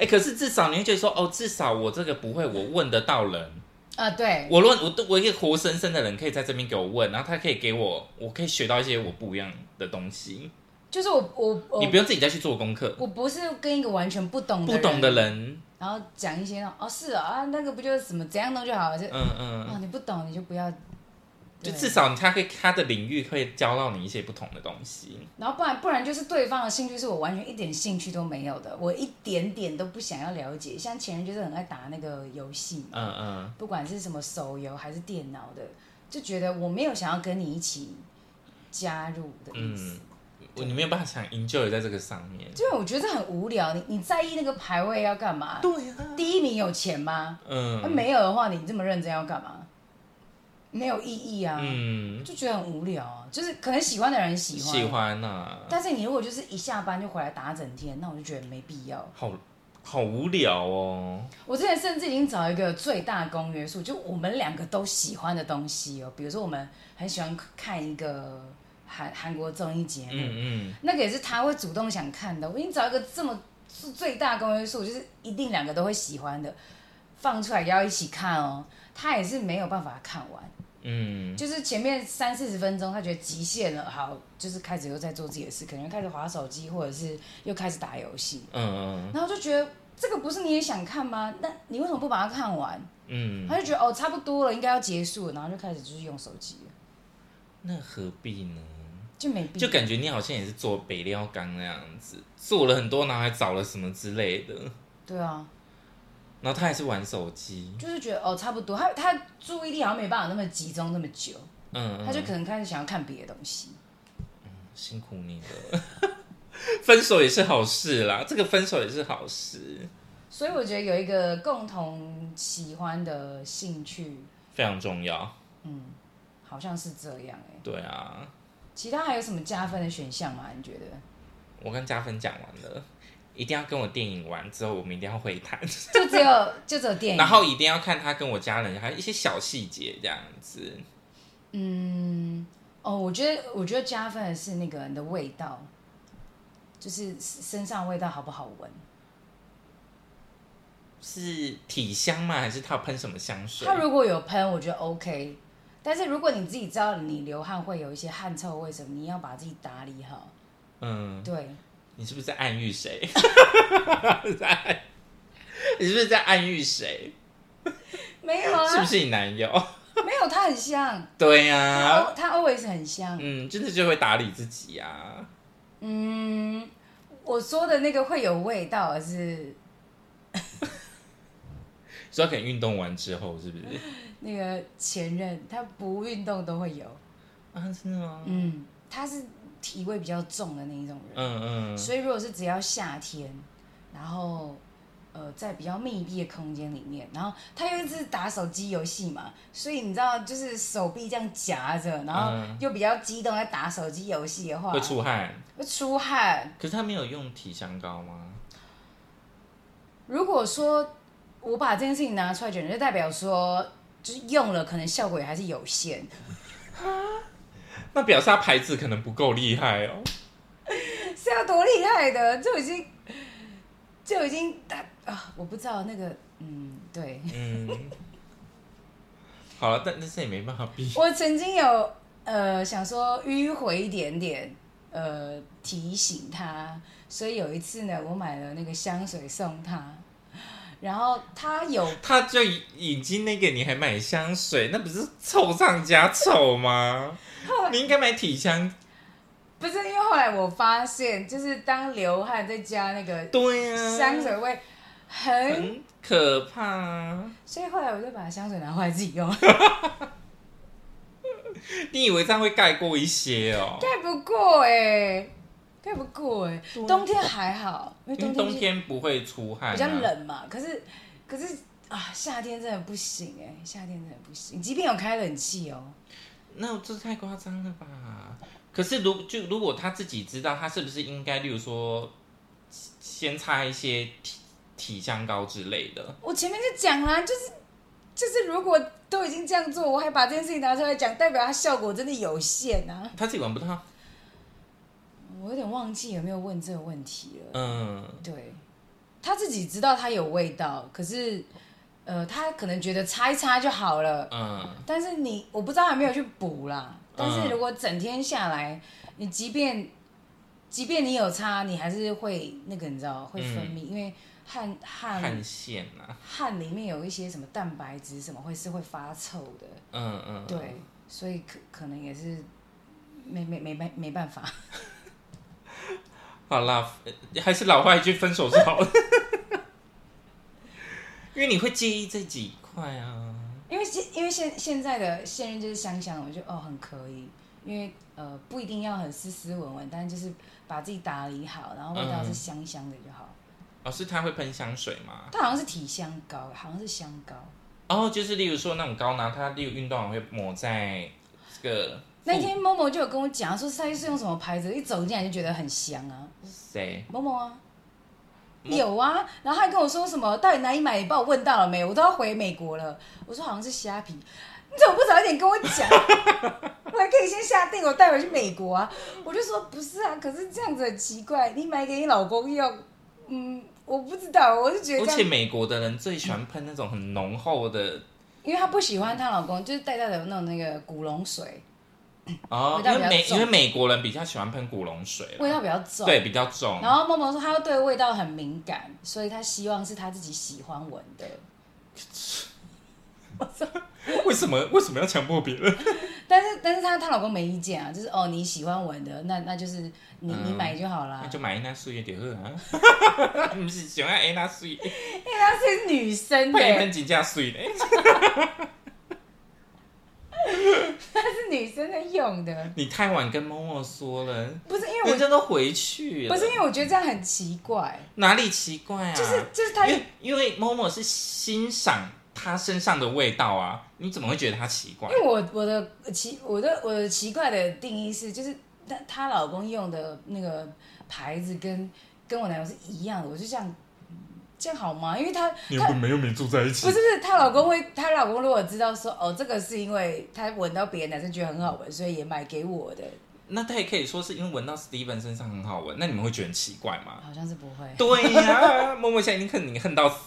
哎、可是至少你会觉得说，哦，至少我这个不会，我问得到人。
啊，对，
我论我我一个活生生的人可以在这边给我问，然后他可以给我，我可以学到一些我不一样的东西。
就是我我我
你不用自己再去做功课，
我不是跟一个完全不懂
不懂的，人，
然后讲一些那种哦是哦啊那个不就是什么怎样弄就好了，就、
嗯嗯。
哦你不懂你就不要，
就
对
至少他会他的领域会教到你一些不同的东西。
然后不然不然就是对方的兴趣是我完全一点兴趣都没有的，我一点点都不想要了解。像前任就是很爱打那个游戏嘛，
嗯嗯，
不管是什么手游还是电脑的，就觉得我没有想要跟你一起加入的意
嗯
思。
我你没有办法想 enjoy 在这个上面。
因为我觉得这很无聊，你你在意那个排位要干嘛？
对啊，
第一名有钱吗？那
嗯
啊没有的话，你这么认真要干嘛？没有意义啊，
嗯，
就觉得很无聊啊。就是可能喜欢的人喜欢，
喜欢啊呐、
但是你如果就是一下班就回来打整天，那我就觉得没必要。
好好无聊哦。
我之前甚至已经找一个最大公约数，就我们两个都喜欢的东西哦，比如说我们很喜欢看一个韩韩国综艺节目，
嗯
那个也是他会主动想看的。我给你找一个这么最最大公约数，就是一定两个都会喜欢的，放出来要一起看哦。他也是没有办法看完，
嗯嗯，
就是前面三四十分钟，他觉得极限了，好，就是开始又在做自己的事，可能开始划手机，或者是又开始打游戏，
嗯嗯
然后就觉得这个不是你也想看吗？那你为什么不把它看完？
嗯，
他就觉得哦，差不多了，应该要结束了，然后就开始就是用手机了，
那何必呢？
就没必
就
要。
感觉你好像也是做北料缸那样子，做了很多，然后还找了什么之类的，
对啊，
然后他还是玩手机，
就是觉得哦，差不多。他他注意力好像没办法那么集中那么久，
嗯，嗯
他就可能开始想要看别的东西。
辛苦你了。 分手也是好事啦，这个分手也是好事，
所以我觉得有一个共同喜欢的兴趣，
非常重要。
好像是这样哎、
对啊，
其他还有什么加分的选项吗？你觉得？
我跟嘉芬讲完了，一定要跟我电影完之后，我们一定要会谈，
就只有就只有电影，
然后一定要看他跟我家人，还有一些小细节这样子。
哦，我觉得我觉得加分的是那个你的味道，就是身上味道好不好闻？
是体香吗？还是他有喷什么香水
他？如果有喷，我觉得 OK。但是如果你自己知道你流汗会有一些汗臭味什么，你要把自己打理好。
嗯，
对，
你是不是在暗喻 谁？在，你是不是在暗喻谁？
没有啊，
是不是你啊男友？
没有，他很香，
对呀、
他 al- 他 always 很香。
嗯，真的就会打理自己啊。
嗯，我说的那个会有味道，而是
所以可能运动完之后，是不是？
那个前任他不运动都会有。
啊，真的吗？嗯
嗯，他是体味比较重的那一种人，
嗯
所以如果是只要夏天，然后呃在比较密闭的空间里面，然后他又一直打手机游戏嘛，所以你知道就是手臂这样夹着，然后
嗯
又比较激动在打手机游戏的话，
会出汗。
会出汗。
可是他没有用体香膏吗？
如果说我把这件事情拿出来讲，就代表说，就是用了，可能效果也还是有限。
那表示他牌子可能不够厉害哦。
是要多厉害的，就已经就已经打啊，我不知道那个，嗯，对
嗯，好了，但但是也没办法避。
我曾经有呃想说迂回一点点，呃提醒他，所以有一次呢，我买了那个香水送他，然后他有
他就已经那个，你还买香水，那不是臭上加臭 吗？你应该买体香。
不是因为后来我发现，就是当流汗再加那个
对呀、啊，
香水味。很
很可怕、啊。
所以后来我就把香水拿回来自己用，
你以为这样会盖过一些哦？
盖不过哎、盖不过哎、
对
冬天还好，因为
因为
冬
冬
天是
天不会出汗、啊，
比较冷嘛。可是可是啊，夏天真的不行哎、夏天真的不行，即便有开冷气哦、
那这太夸张了吧？可是如就如果他自己知道，他是不是应该，例如说，先擦一些体体香膏之类的？
我前面就讲啦，就是就是如果都已经这样做，我还把这件事情拿出来讲，代表它效果真的有限啊。
他自己闻不到，
我有点忘记有没有问这个问题了。
嗯，
对，他自己知道它有味道，可是呃，他可能觉得擦一擦就好了。
嗯，
但是你我不知道有没有去补啦。但是如果整天下来，你即便即便你有擦，你还是会那个你知道会分泌，因为汗汗
嗯汗腺啊，
汗里面有一些什么蛋白质什么会是会发臭的，
嗯嗯，
对，所以可可能也是没没没没没办法。
好啦，呃还是老话一句，分手是好的，因为你会介意这几块啊，
因为现因为现现在的现任就是香香，我就哦很可以，因为呃不一定要很斯斯文文，但是就是把自己打理好，然后味道是
嗯
香香的就好。
哦，是他会喷香水吗？
它好像是体香膏，好像是香膏。
哦，就是例如说那种膏呢，他例如运动完会抹在这个
那天 Momo 就有跟我讲，说他是用什么牌子，一走进来就觉得很香啊
谁？
，Momo 啊，有啊，然后他还跟我说什么到底哪里买，你帮我问到了没？我都要回美国了。我说好像是虾皮，你怎么不早一点跟我讲？ 我还可以先下定，我带回去美国啊。我就说不是啊，可是这样子很奇怪，你买给你老公用，嗯，我不知道，我是觉得
而
这
且
样，
美国的人最喜欢喷那种很浓厚的
因为她不喜欢她老公，就是带她的那种那个古龙水，
哦，
味道
因为
比
美
较重
因为美国人比较喜欢喷古龙水啦，啊
味道比较重。
对比较重。
然后默默说她对味道很敏感，所以她希望是她自己喜欢闻的。
为什么为什么要强迫别人？
但是但是她她老公没意见啊，就是哦你喜欢闻的，那那就是你、你
嗯
买就好啦
那。就买一那水也得好 啊，不是喜欢哎那水，
她是女生的、
喷一喷真正水嘞。
她是女生在用的，
你太晚跟默默说了，
不是因为
人
我
家都回去了，
不是因为我觉得这样很奇怪，
哪里奇怪啊？
就是就是她
因为因为默默是欣赏他身上的味道啊，你怎么会觉得他奇怪
因？为我我的奇我的我的奇怪的定义是，就是她她老公用的那个牌子跟跟我男友是一样的，我就这样这样好吗？因为她
你
她
们没有没住在一起
不是不是，她老公会她老公如果知道说哦这个是因为她闻到别的男生觉得很好闻，所以也买给我的，
那他也可以说是因为闻到 Steven 身上很好闻，那你们会觉得很奇怪 吗？
好像是不会，
对呀、默默现在已经恨你恨到死，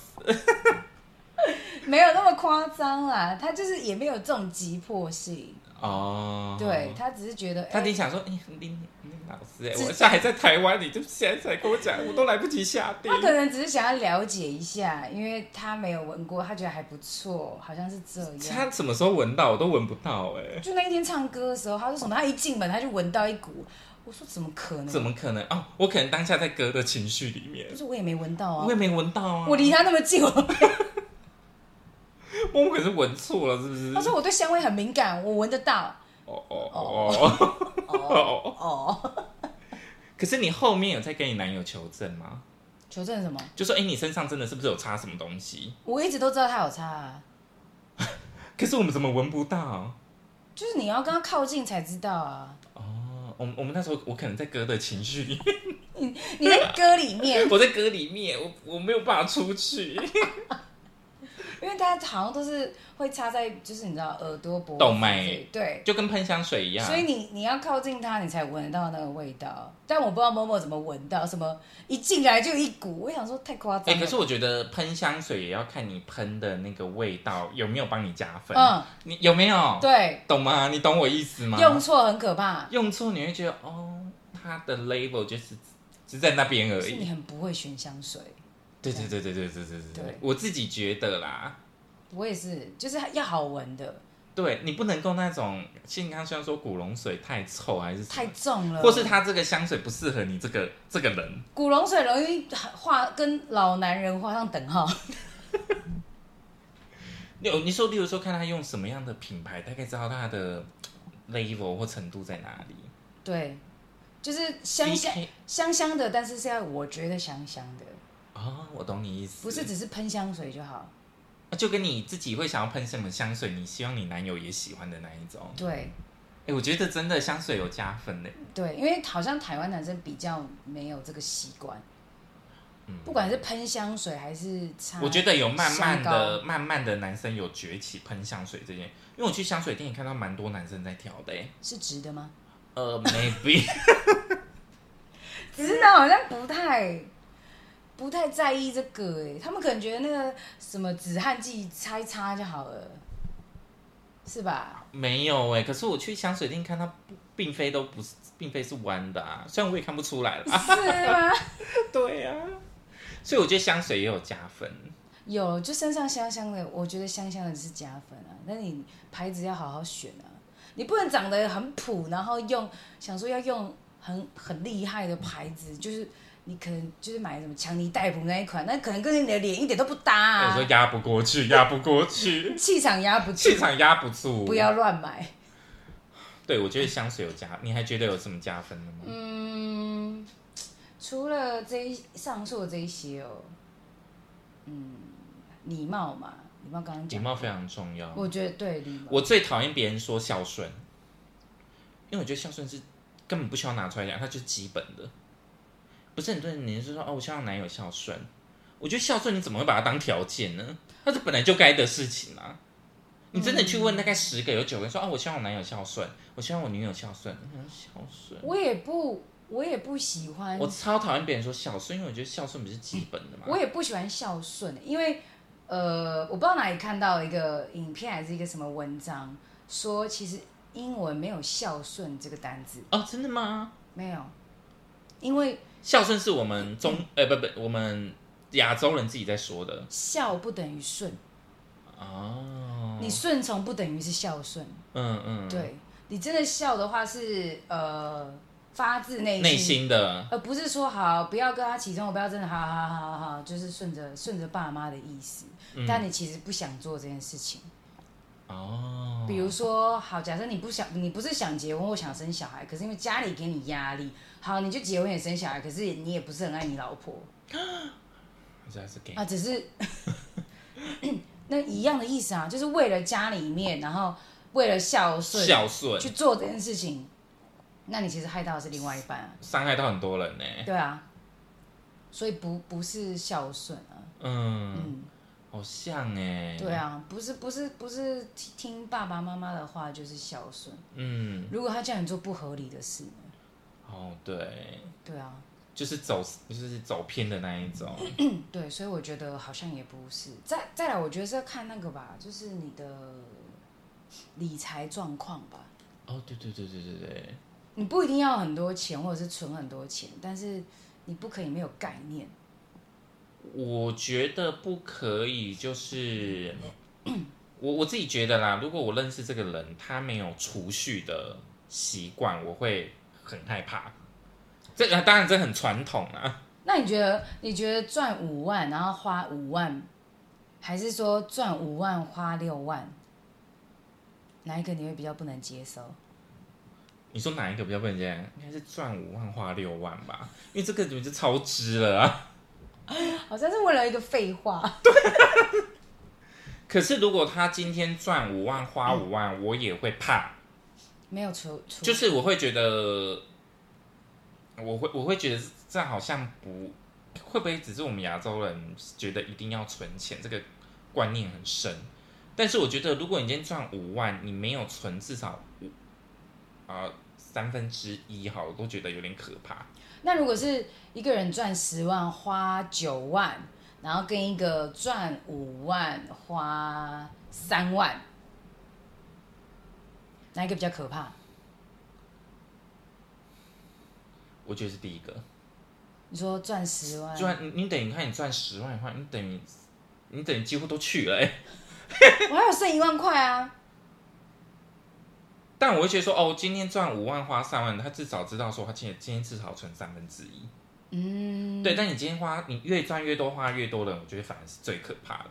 没有那么夸张啦，她就是也没有这种急迫性，
哦。
对她只是觉得
他
哎
一定想说，哎、林林老师、哎，
是
我现在还在台湾，你就现在才跟我讲，我都来不及下定
他。可能只是想要了解一下，因为他没有闻过，他觉得还不错，好像是这样。
他什么时候闻到，我都闻不到、哎，
就那一天唱歌的时候，他说什么？他一进门他就闻到一股，我说怎么可能？
怎？么可能？哦，我可能当下在哥的情绪里面
不，是我也没闻到啊
我也，没闻到啊。
我离他那么近，我
默默可是闻错了，是不是？
他说我对香味很敏感，我闻得到。
哦哦哦哦
哦
哦。
哦，
可是你后面有在跟你男友求证吗？
求证什么？
就说，哎、你身上真的是不是有擦什么东西？
我一直都知道他有差啊，
可是我们怎么闻不到？
就是你要跟他靠近才知 道啊。
哦，我们我们那时候我可能在哥的情绪里，
你在歌里面，
我在哥里面，我我没有办法出去。
因为他好像都是会插在，就是你知道耳朵、脖子
动脉
这里对，
就跟喷香水一样。
所以你你要靠近它，你才闻得到那个味道。但我不知道某某怎么闻到，什么一进来就一股，我想说太夸
哎、
张了。
可是我觉得喷香水也要看你喷的那个味道有没有帮你加分，
嗯，
你有没有
对，
懂吗？你懂我意思吗？
用错很可怕，
用错你会觉得哦，它的 label 就是只在那边而
是你
已。
很不会选香水。
对对对对对对对对
对
我自己觉得啦，
我也是，就是要好闻的，
对你不能够那种，像刚刚虽然说古龙水太臭还是什么
太重了。
或是它这个香水不适合你这个这个人，
古龙水容易画跟老男人画上等号。
你哦你说，例如说看他用什么样的品牌，大概知道它的 level 或程度在哪里。
对，就是香香
DK
香香的，但是是要我觉得香香的，
哦，我懂你意思，啊
不是只是喷香水就好。
就跟你自己会想要喷什么香水，你希望你男友也喜欢的那一种。
对
哎、我觉得真的香水有加分嘞。
对，因为好像台湾男生比较没有这个习惯。
嗯，
不管是喷香水还是擦，
我觉得有慢慢
香
的、慢慢的男生有崛起喷香水这件，因为我去香水店也看到蛮多男生在挑的、欸。
是直的吗？
呃，maybe
直男好像不太不太在意这个哎、他们可能觉得那个什么止汗剂擦一擦就好了，是吧？
没有哎、可是我去香水店看它不，并非都不是，并非是弯的啊。虽然我也看不出来啦，
是吗？
对呀、所以我觉得香水也有加分。
有，就身上香香的，我觉得香香的是加分啊。但你牌子要好好选啊，你不能长得很普，然后用想说要用很很厉害的牌子，就是你可能就是买什么强尼戴普那一款，那可能跟你的脸一点都不搭
有时
啊
候，哎压不过去，压不过去，
气场压不住
气。场压不住。
不要。乱买。
对，我觉得香水有加，你还觉得有什么加分的吗？
嗯，除了这一上述的这一些哦，嗯，礼貌嘛，礼貌刚刚
礼
讲，
貌非常重要。
我觉得对礼貌。
我最讨厌别人说孝顺，因为我觉得孝顺是根本不需要拿出来讲，它就是基本的。不是很多人，你是说哦，我希望男友孝顺。我觉得孝顺你怎么会把它当条件呢？它是本来就该的事情啊。你真的去问大概十个，有九个人说哦，我希望我男友孝顺，我希望我女友孝顺，我想说孝顺。
我也不，我也不喜欢，
我
我
超讨厌别人说孝顺，因为我觉得孝顺不是基本的嘛。
也不喜欢孝顺，因为呃，我不知道哪里看到一个影片还是一个什么文章，说其实英文没有孝顺这个单字，
哦，真的吗？
没有，因为
孝顺是我们中呃、不不，我们亚洲人自己在说的
孝不等于顺，
哦。
你顺从不等于是孝顺，
嗯嗯，，
对你真的孝的话是呃发自内
内心的
而不是说好不要跟他起冲突，不要真的好好好好好，就是顺着顺着爸妈的意思、
嗯
但你其实不想做这件事情。
哦，
比如说，好，假设你不想，你不是想结婚或想生小孩，可是因为家里给你压力，好，你就结婚也生小孩，可是你也不是很爱你老婆
这还是给
啊，只是那一样的意思啊，就是为了家里面，然后为了孝顺
孝顺
去做这件事情，那你其实害到的是另外一半、啊，
伤害到很多人呢、
对啊，所以不不是孝顺啊。
嗯，
嗯
好像哎、
对，啊，不是不是不是听听爸爸妈妈的话就是孝顺。
嗯，
如果他叫你做不合理的事呢，
哦对，
对啊，
就是走就是走偏的那一种，
嗯对，所以我觉得好像也不是。再再来，我觉得是要看那个吧，就是你的理财状况吧。
哦对对对对对对，
你不一定要很多钱，或者是存很多钱，但是你不可以没有概念。
我觉得不可以， 就是我我自己觉得啦，如果我认识这个人，他没有储蓄的习惯，我会很害怕。这个当然这很传统啊，
那你觉得你觉得赚五万，然后花五万，还是说赚五万花六万，哪一个你会比较不能接受？
你说哪一个比较笨贱？应该是赚五万花六万吧，因为这个你就超支了啊。
好像是为了一个废话。
可是如果他今天赚五万花五万，我也会怕，
没有除除，
就是我会觉得，我会我会觉得这样好像不会不会只是我们亚洲人觉得一定要存钱这个观念很深，但是我觉得如果你今天赚五万，你没有存至少五啊、三分之一哈，我都觉得有点可怕。
那如果是一个人赚十万花九万，然后跟一个赚五万花三万，哪一个比较可怕？
我觉得是第一个
你说赚十万，
赚，你你等于看你赚十万的话，你等于你等于几乎都去了、欸
我还有剩一万块啊！
但我会觉得说，哦，今天赚五万花三万，他至少知道说他今天今天至少存三分之一。
嗯，
对，但你今天花，你越赚越多，花越多的，我觉得反而是最可怕的。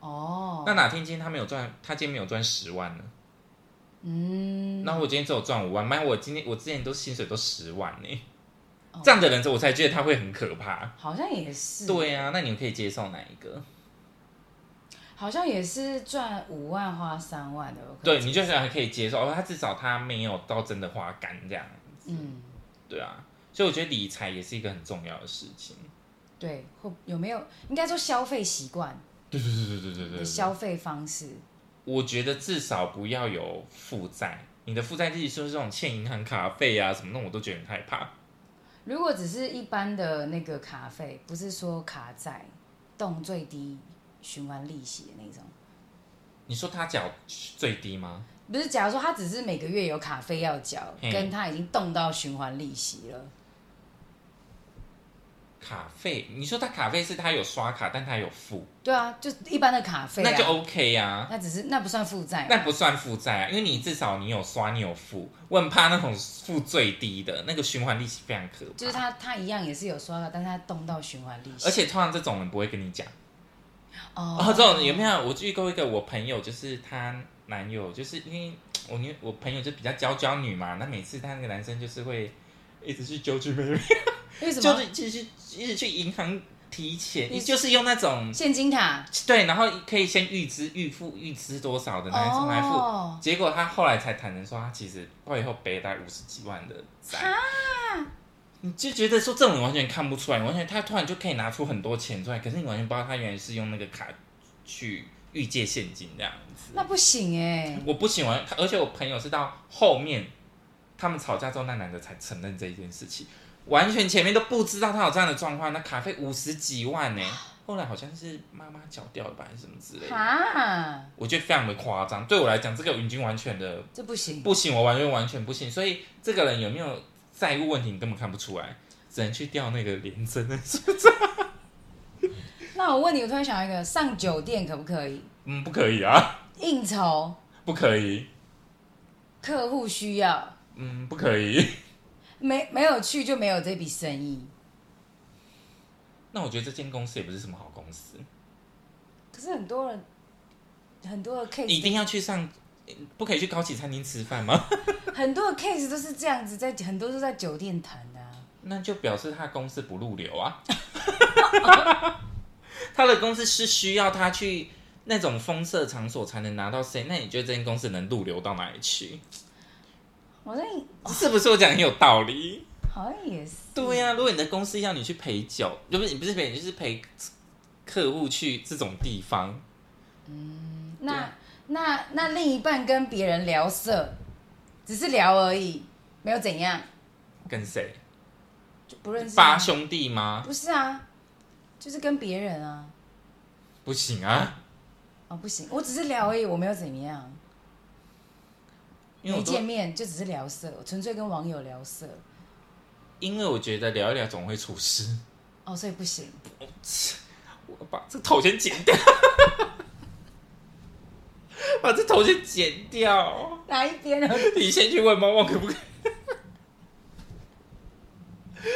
哦，
那哪天今天他没有赚，他今天没有赚十万呢？嗯，那我今天只有赚五万，妈，我今天我之前都薪水都十万呢、
哦
这样的人，我才觉得他会很可怕。
好像也是，，
对啊，那你们可以接受哪一个？
好像也是赚五万花三万的，我可
对，
能
你就是还可以接受哦，他至少他没有到真的花干这样。
嗯，
对啊，所以我觉得理财也是一个很重要的事情。
对，或有没有应该说消费习惯
对对对对对对
你
对
的
对。
消费方式，
我觉得至少不要有负债。你的负债利息就是这种欠银行卡费啊什么的，我都觉得很害怕。
如果只是一般的那个卡费，不是说卡债动最低循环利息的那种，
你说他缴最低吗？
不是。假如说他只是每个月有卡费要缴，
嗯
跟他已经动到循环利息了，
卡费，你说他卡费是他有刷卡，但他有付，
对啊，就一般的卡费、啊，
那就 OK 呀、
那只是那不算负债嘛，
那不算负债啊，因为你至少你有刷，你有付。我很怕那种付最低的那个循环利息非常可怕，
就是他他一样也是有刷卡，但是他动到循环利息，
而且通常这种人不会跟你讲。
哦
哦，这种有没有？我遇过一个我朋友，就是她男友，就是因为我女我朋友就比较娇娇女嘛，那每次她那个男生就是会一直去揪去妹妹，
为 什
就
么
是就是一直去银行提钱，
你
就是用那种
现金卡
对，然后可以先预支预付预支多少的那一种来付。
哦，
结果他后来才坦诚说，他其实背后背了大概五十几万的债，你就觉得说这种人完全看不出来，完全他突然就可以拿出很多钱出来，可是你完全不知道他原来是用那个卡去预借现金这样子。
那不行哎、
我不喜欢他，而且我朋友是到后面他们吵架之后，那男的才承认这一件事情，完全前面都不知道他有这样的状况。那卡费五十几万呢、后来好像是妈妈缴掉了吧，还是什么之类的。
哈，
我觉得非常的夸张，对我来讲，这个已经完全的
这不行。
不行，我完全完全不行。所以这个人有没有债务问题，你根本看不出来，只能去调那个廉贞的。
那我问你，我突然想到一个，上酒店可不可以？
嗯，不可以啊，
应酬
不可以，
客户需要，
嗯，不可以。
没没有去就没有这笔生意。
那我觉得这间公司也不是什么好公司，
可是很多人，很多的
一
case，
定要去上，不可以去高级餐厅吃饭吗？
很多的 case 都是这样子在，很多都在酒店谈的、啊。
那就表示他公司不入流啊。 他的公司是需要他去那种风色场所才能拿到 C，那你觉得这间公司能入流到哪里去？
好像
是不是我讲得很有道理？
好像也是，
对呀、如果你的公司要你去陪酒，就不是你不是陪，你就是陪客户去这种地方，
那那那另一半跟别人聊色，只是聊而已，没有怎样，
跟谁？
就不认识啊
八兄弟吗？
不是啊，就是跟别人啊。
不行啊，
哦，不行，我只是聊而已，我没有怎么样，
因为
没
我都
见面就只是聊色，我纯粹跟网友聊色，
因为我觉得聊一聊总会出事。
哦，所以不行。
我把这头先剪掉， 把这头先剪掉。
哪一边呢？啊
你先去问猫猫可不可以，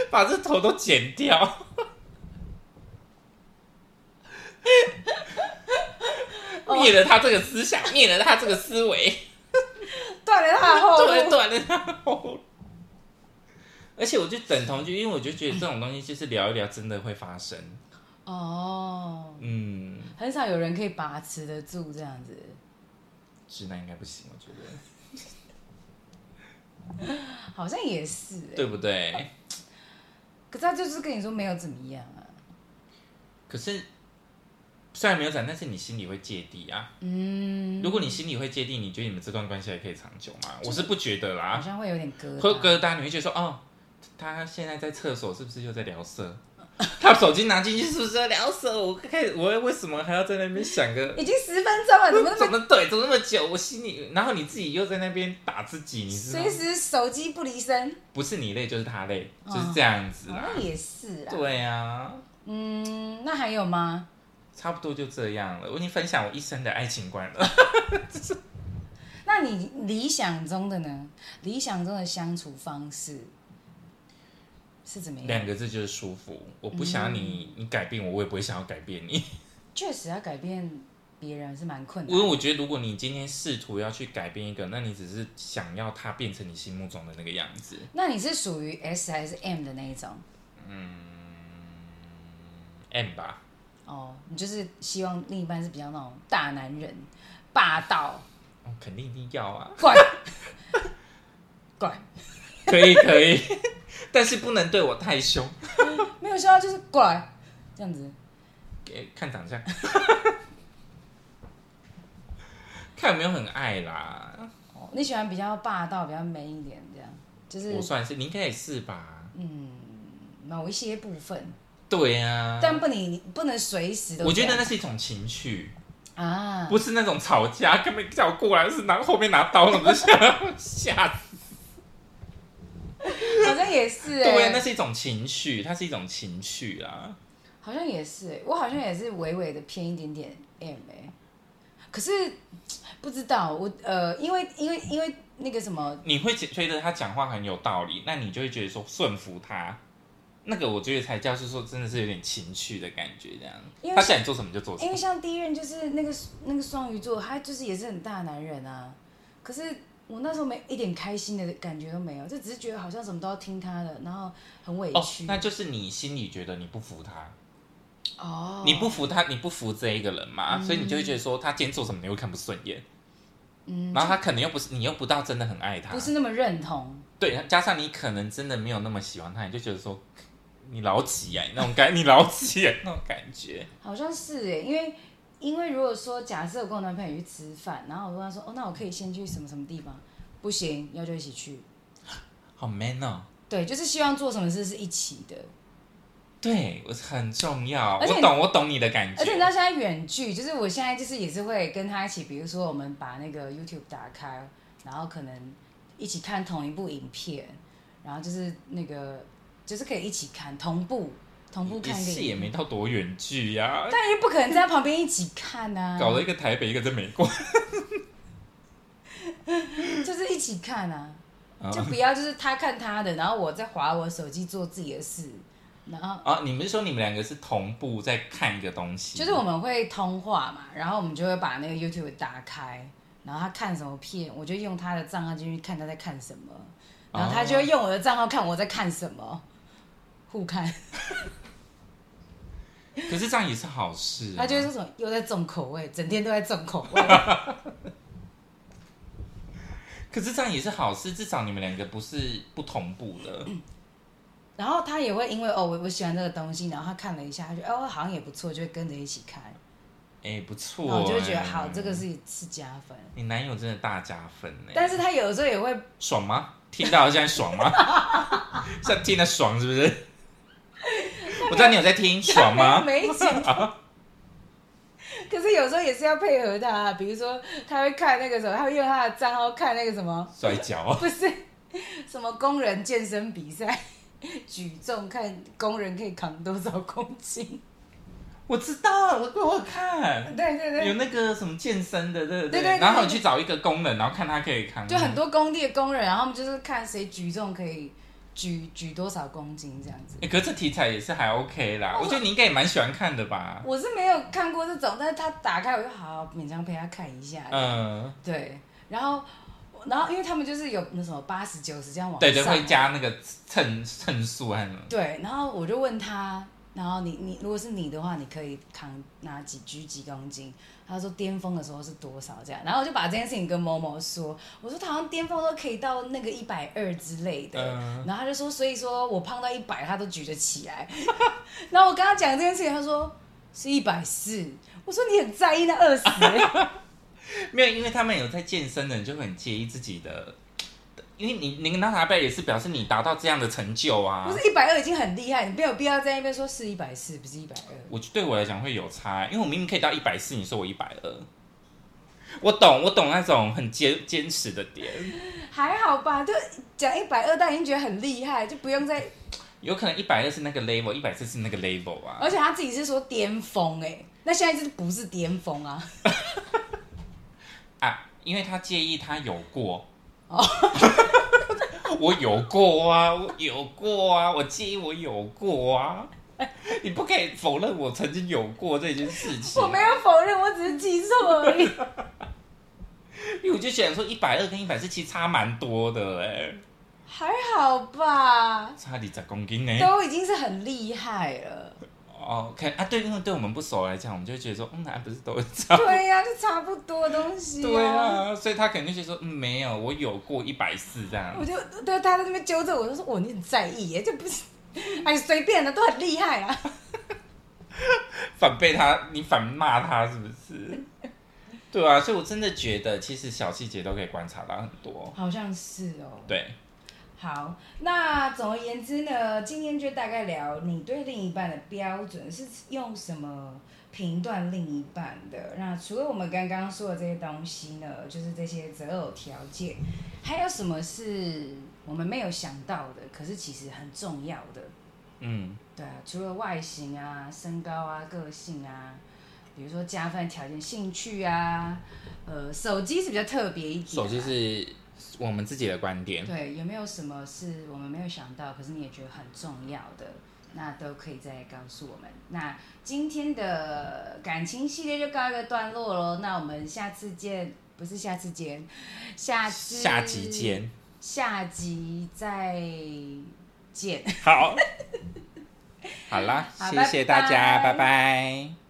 把这头都剪掉。灭了他这个思想，灭了他这个思维，
断了他的后
断了
路。
断了他的后路。而且我就等同居，因为我就觉得这种东西就是聊一聊，真的会发生。
哦，
嗯，
很少有人可以把持得住这样子。
直男应该不行，我觉得，
好像也是、欸，
对不对？
可是他就是跟你说没有怎么样啊，
可是虽然没有讲，但是你心里会芥蒂啊。
嗯，
如果你心里会芥蒂，你觉得你们这段关系还可以长久吗？我是不觉得
好
啦，
像啊会有点疙
会
瘩。
疙瘩，你会觉得说，哦，他现在在厕所是不是又在聊色？ 他手机拿进去是不是在聊色？我开始，我为什么还要在那边想个？
已经十分钟了，怎么 那
怎
么
么对？怎么那么久？我心里，然后你自己又在那边打自己，你知道吗
随时手机不离身？
不是你累就是他累，
哦
就是这样子
好
啦。
像也是啦。
对啊，
嗯，那还有吗？
差不多就这样了。我已经分享我一生的爱情观了。
那你理想中的呢？理想中的相处方式是怎么样？
两个字就是舒服。我不想要你，
嗯
你改变我，我也不会想要改变你。
确实要改变别人是蛮困难
因
的
为我觉得，如果你今天试图要去改变一个，那你只是想要他变成你心目中的那个样子。
那你是属于 S 还是 M 的那一种？
M 吧，
哦，你就是希望另一半是比较那种大男人、霸道、
哦，肯定一定要啊，
怪怪，
可以可以， 但是不能对我太凶，
没有笑到就是怪这样子。
给看长相， 看有没有很爱啦。
哦，你喜欢比较霸道、比较 man 一点这样，就
我
是
算是，你应该也是吧？
某一些部分，
对呀、
但不能不能随时都
啊我
这
觉
样。
得那是一种情绪，
啊，
不是那种吵架，根本叫我过来是拿后面拿刀，那不是吓 吓死。
好像也 是
对呀、
哎、
那是一种情绪，它是一种情啊绪啦。
好像也是、欸，我好像也是微微的偏一点点 M 哎、可是不知道我呃，因为因为因为那个什么，
你会觉得他讲话很有道理，那你就会觉得说顺服他。那个我觉得才叫是说真的是有点情趣的感觉，这样
因为
他叫你做什么就做什
因
么
为。像第一任就是那个那个双鱼座，他就是也是很大男人啊，可是。我那时候没一点开心的感觉都没有，就只是觉得好像什么都要听他的，然后很委
哦
屈，。
那就是你心里觉得你不服他，
哦嗯
你不服他，你不服这一个人嘛，所以你就会觉得说他今天做什么你会看不顺眼。
嗯，
然后他可能又不是你又不到真的很爱他，
不是那么认同。
对，加上你可能真的没有那么喜欢他，你就觉得说你老几耶那种感， 你老几耶那种感觉，
好像是哎，因为因为如果说假设我跟我男朋友去吃饭，然后我跟他说哦，那我可以先去什么什么地方，不行，要就一起去。
好 man 哦。
对，就是希望做什么事是一起的。
对，我很重要，
而且
我懂，我懂你的感觉。
而且你知道现在远距，就是我现在就是也是会跟他一起，比如说我们把那个 YouTube 打开，然后可能一起看同一部影片，然后就是那个就是可以一起看同步同步
一
看个
次也
影
没
片，
到多远距呀、
但又不可能在旁边一起看 啊，
搞了一个台北，一个在美国。
就是一起看啊。
啊
就不要就是他看他的，然后我在划我手机做自己的事，然后
啊！你们是说你们两个是同步在看一个东西？
就是我们会通话嘛，然后我们就会把那个 YouTube 打开，然后他看什么片，我就用他的账号进去看他在看什么，
啊
然后他就会用我的账号看我在看什么，互看，
可是这样也是好事、啊。
他就会说什么又在重口味，整天都在重口味，
可是这样也是好事，至少你们两个不是不同步的。
嗯然后他也会因为哦我我喜欢这个东西，然后他看了一下，他就哦好像也不错，就会跟着一起看，
哎、不错、欸。
然后我就会觉得好这个是是加分，
你男友真的大加分呢、
但是他有的时候也会
爽吗？听到现在爽 吗？像听得爽是不是？我知道你有在听，爽吗？
没钱。 可是有时候也是要配合他、啊比如说他会看那个什么，他会用他的账号看那个什么，
摔跤啊，
不是什么工人健身比赛，举重看工人可以扛多少公 斤。
我知道，我我有看。
对对
有
对，
那个什么健身的，对不
对对对
然后你去找一个工人，然后看他可以扛。
就很多工地的工人，然后他们就是看谁举重可以举举多少公斤这样子。
欸可是这题材也是还 OK 啦，
哦
我觉得你应该也蛮喜欢看的吧？
我是没有看过这种，但是他打开我就好勉强陪他看一下。
嗯，
对，然后然后因为他们就是有那什么八十九十这样往上，
对对，会加那个称称数和什么。
对，然后我就问他，然后你你如果是你的话，你可以扛拿几举几公斤？他说巅峰的时候是多少这样，然后我就把这件事情跟某某说，我说他好像巅峰都可以到那个一百二之类的，
嗯
然后他就说，所以说我胖到一百他都举得起来， 然后我跟他讲这件事情，他说是一百四，我说你很在意那二十、欸
没有，因为他们有在健身的人就会很介意自己的，因为你你跟他拿杯也是表示你达到这样的成就啊
不。是一百二已经很厉害，你没有必要在那边说是一百四，不是一百二。
我对我来讲会有差、因为我明明可以到一百四，你说我一百二，我懂我懂那种很坚坚持的点，
还好吧，就讲一百二，但已经觉得很厉害，就不用再。
有可能一百二是那个 level，一百四是那个 level 啊。
而且他自己是说巅峰哎、那现在这不是巅峰啊？
啊，因为他介意他有过。
哦
我有过啊，我有过啊，我介意我有过啊。你不可以否认我曾经有过这件事情、啊
我没，有否认，我只是记错而已。
因为我就想说一百二跟一百四其实差蛮多的哎、
还好吧，
差你十公斤呢、欸
都已经是很厉害了。
哦，可啊，对，因为对我们不熟来讲，我们就会觉得说，嗯，那不是都差。
对呀、就差不多东西、
对。啊，所以他肯定就说，嗯，没有，我有过一百四这样。
我就对他在那边纠正我，我就说我你很在意耶，这不是，哎随便的都很厉害啊。
反被他，你反骂他是不是？对啊，所以我真的觉得，其实小细节都可以观察到很多。
好像是哦。
对，
好，那总而言之呢，今天就大概聊你对另一半的标准是用什么评断另一半的。那除了我们刚刚说的这些东西呢，就是这些择偶条件，还有什么是我们没有想到的，可是其实很重要的？
嗯，
对啊，除了外形啊、身高啊、个性啊，比如说加分条件、兴趣啊，呃，手机是比较特别一点、
手
啊。
机是我们自己的观点。
对，有没有什么是我们没有想到，可是你也觉得很重要的，那都可以再告诉我们。那今天的感情系列就告一个段落喽，那我们下次见，不是下次见，下次
下集，见，
下集再见。
好，好啦，
好
谢谢大家，
拜拜
拜拜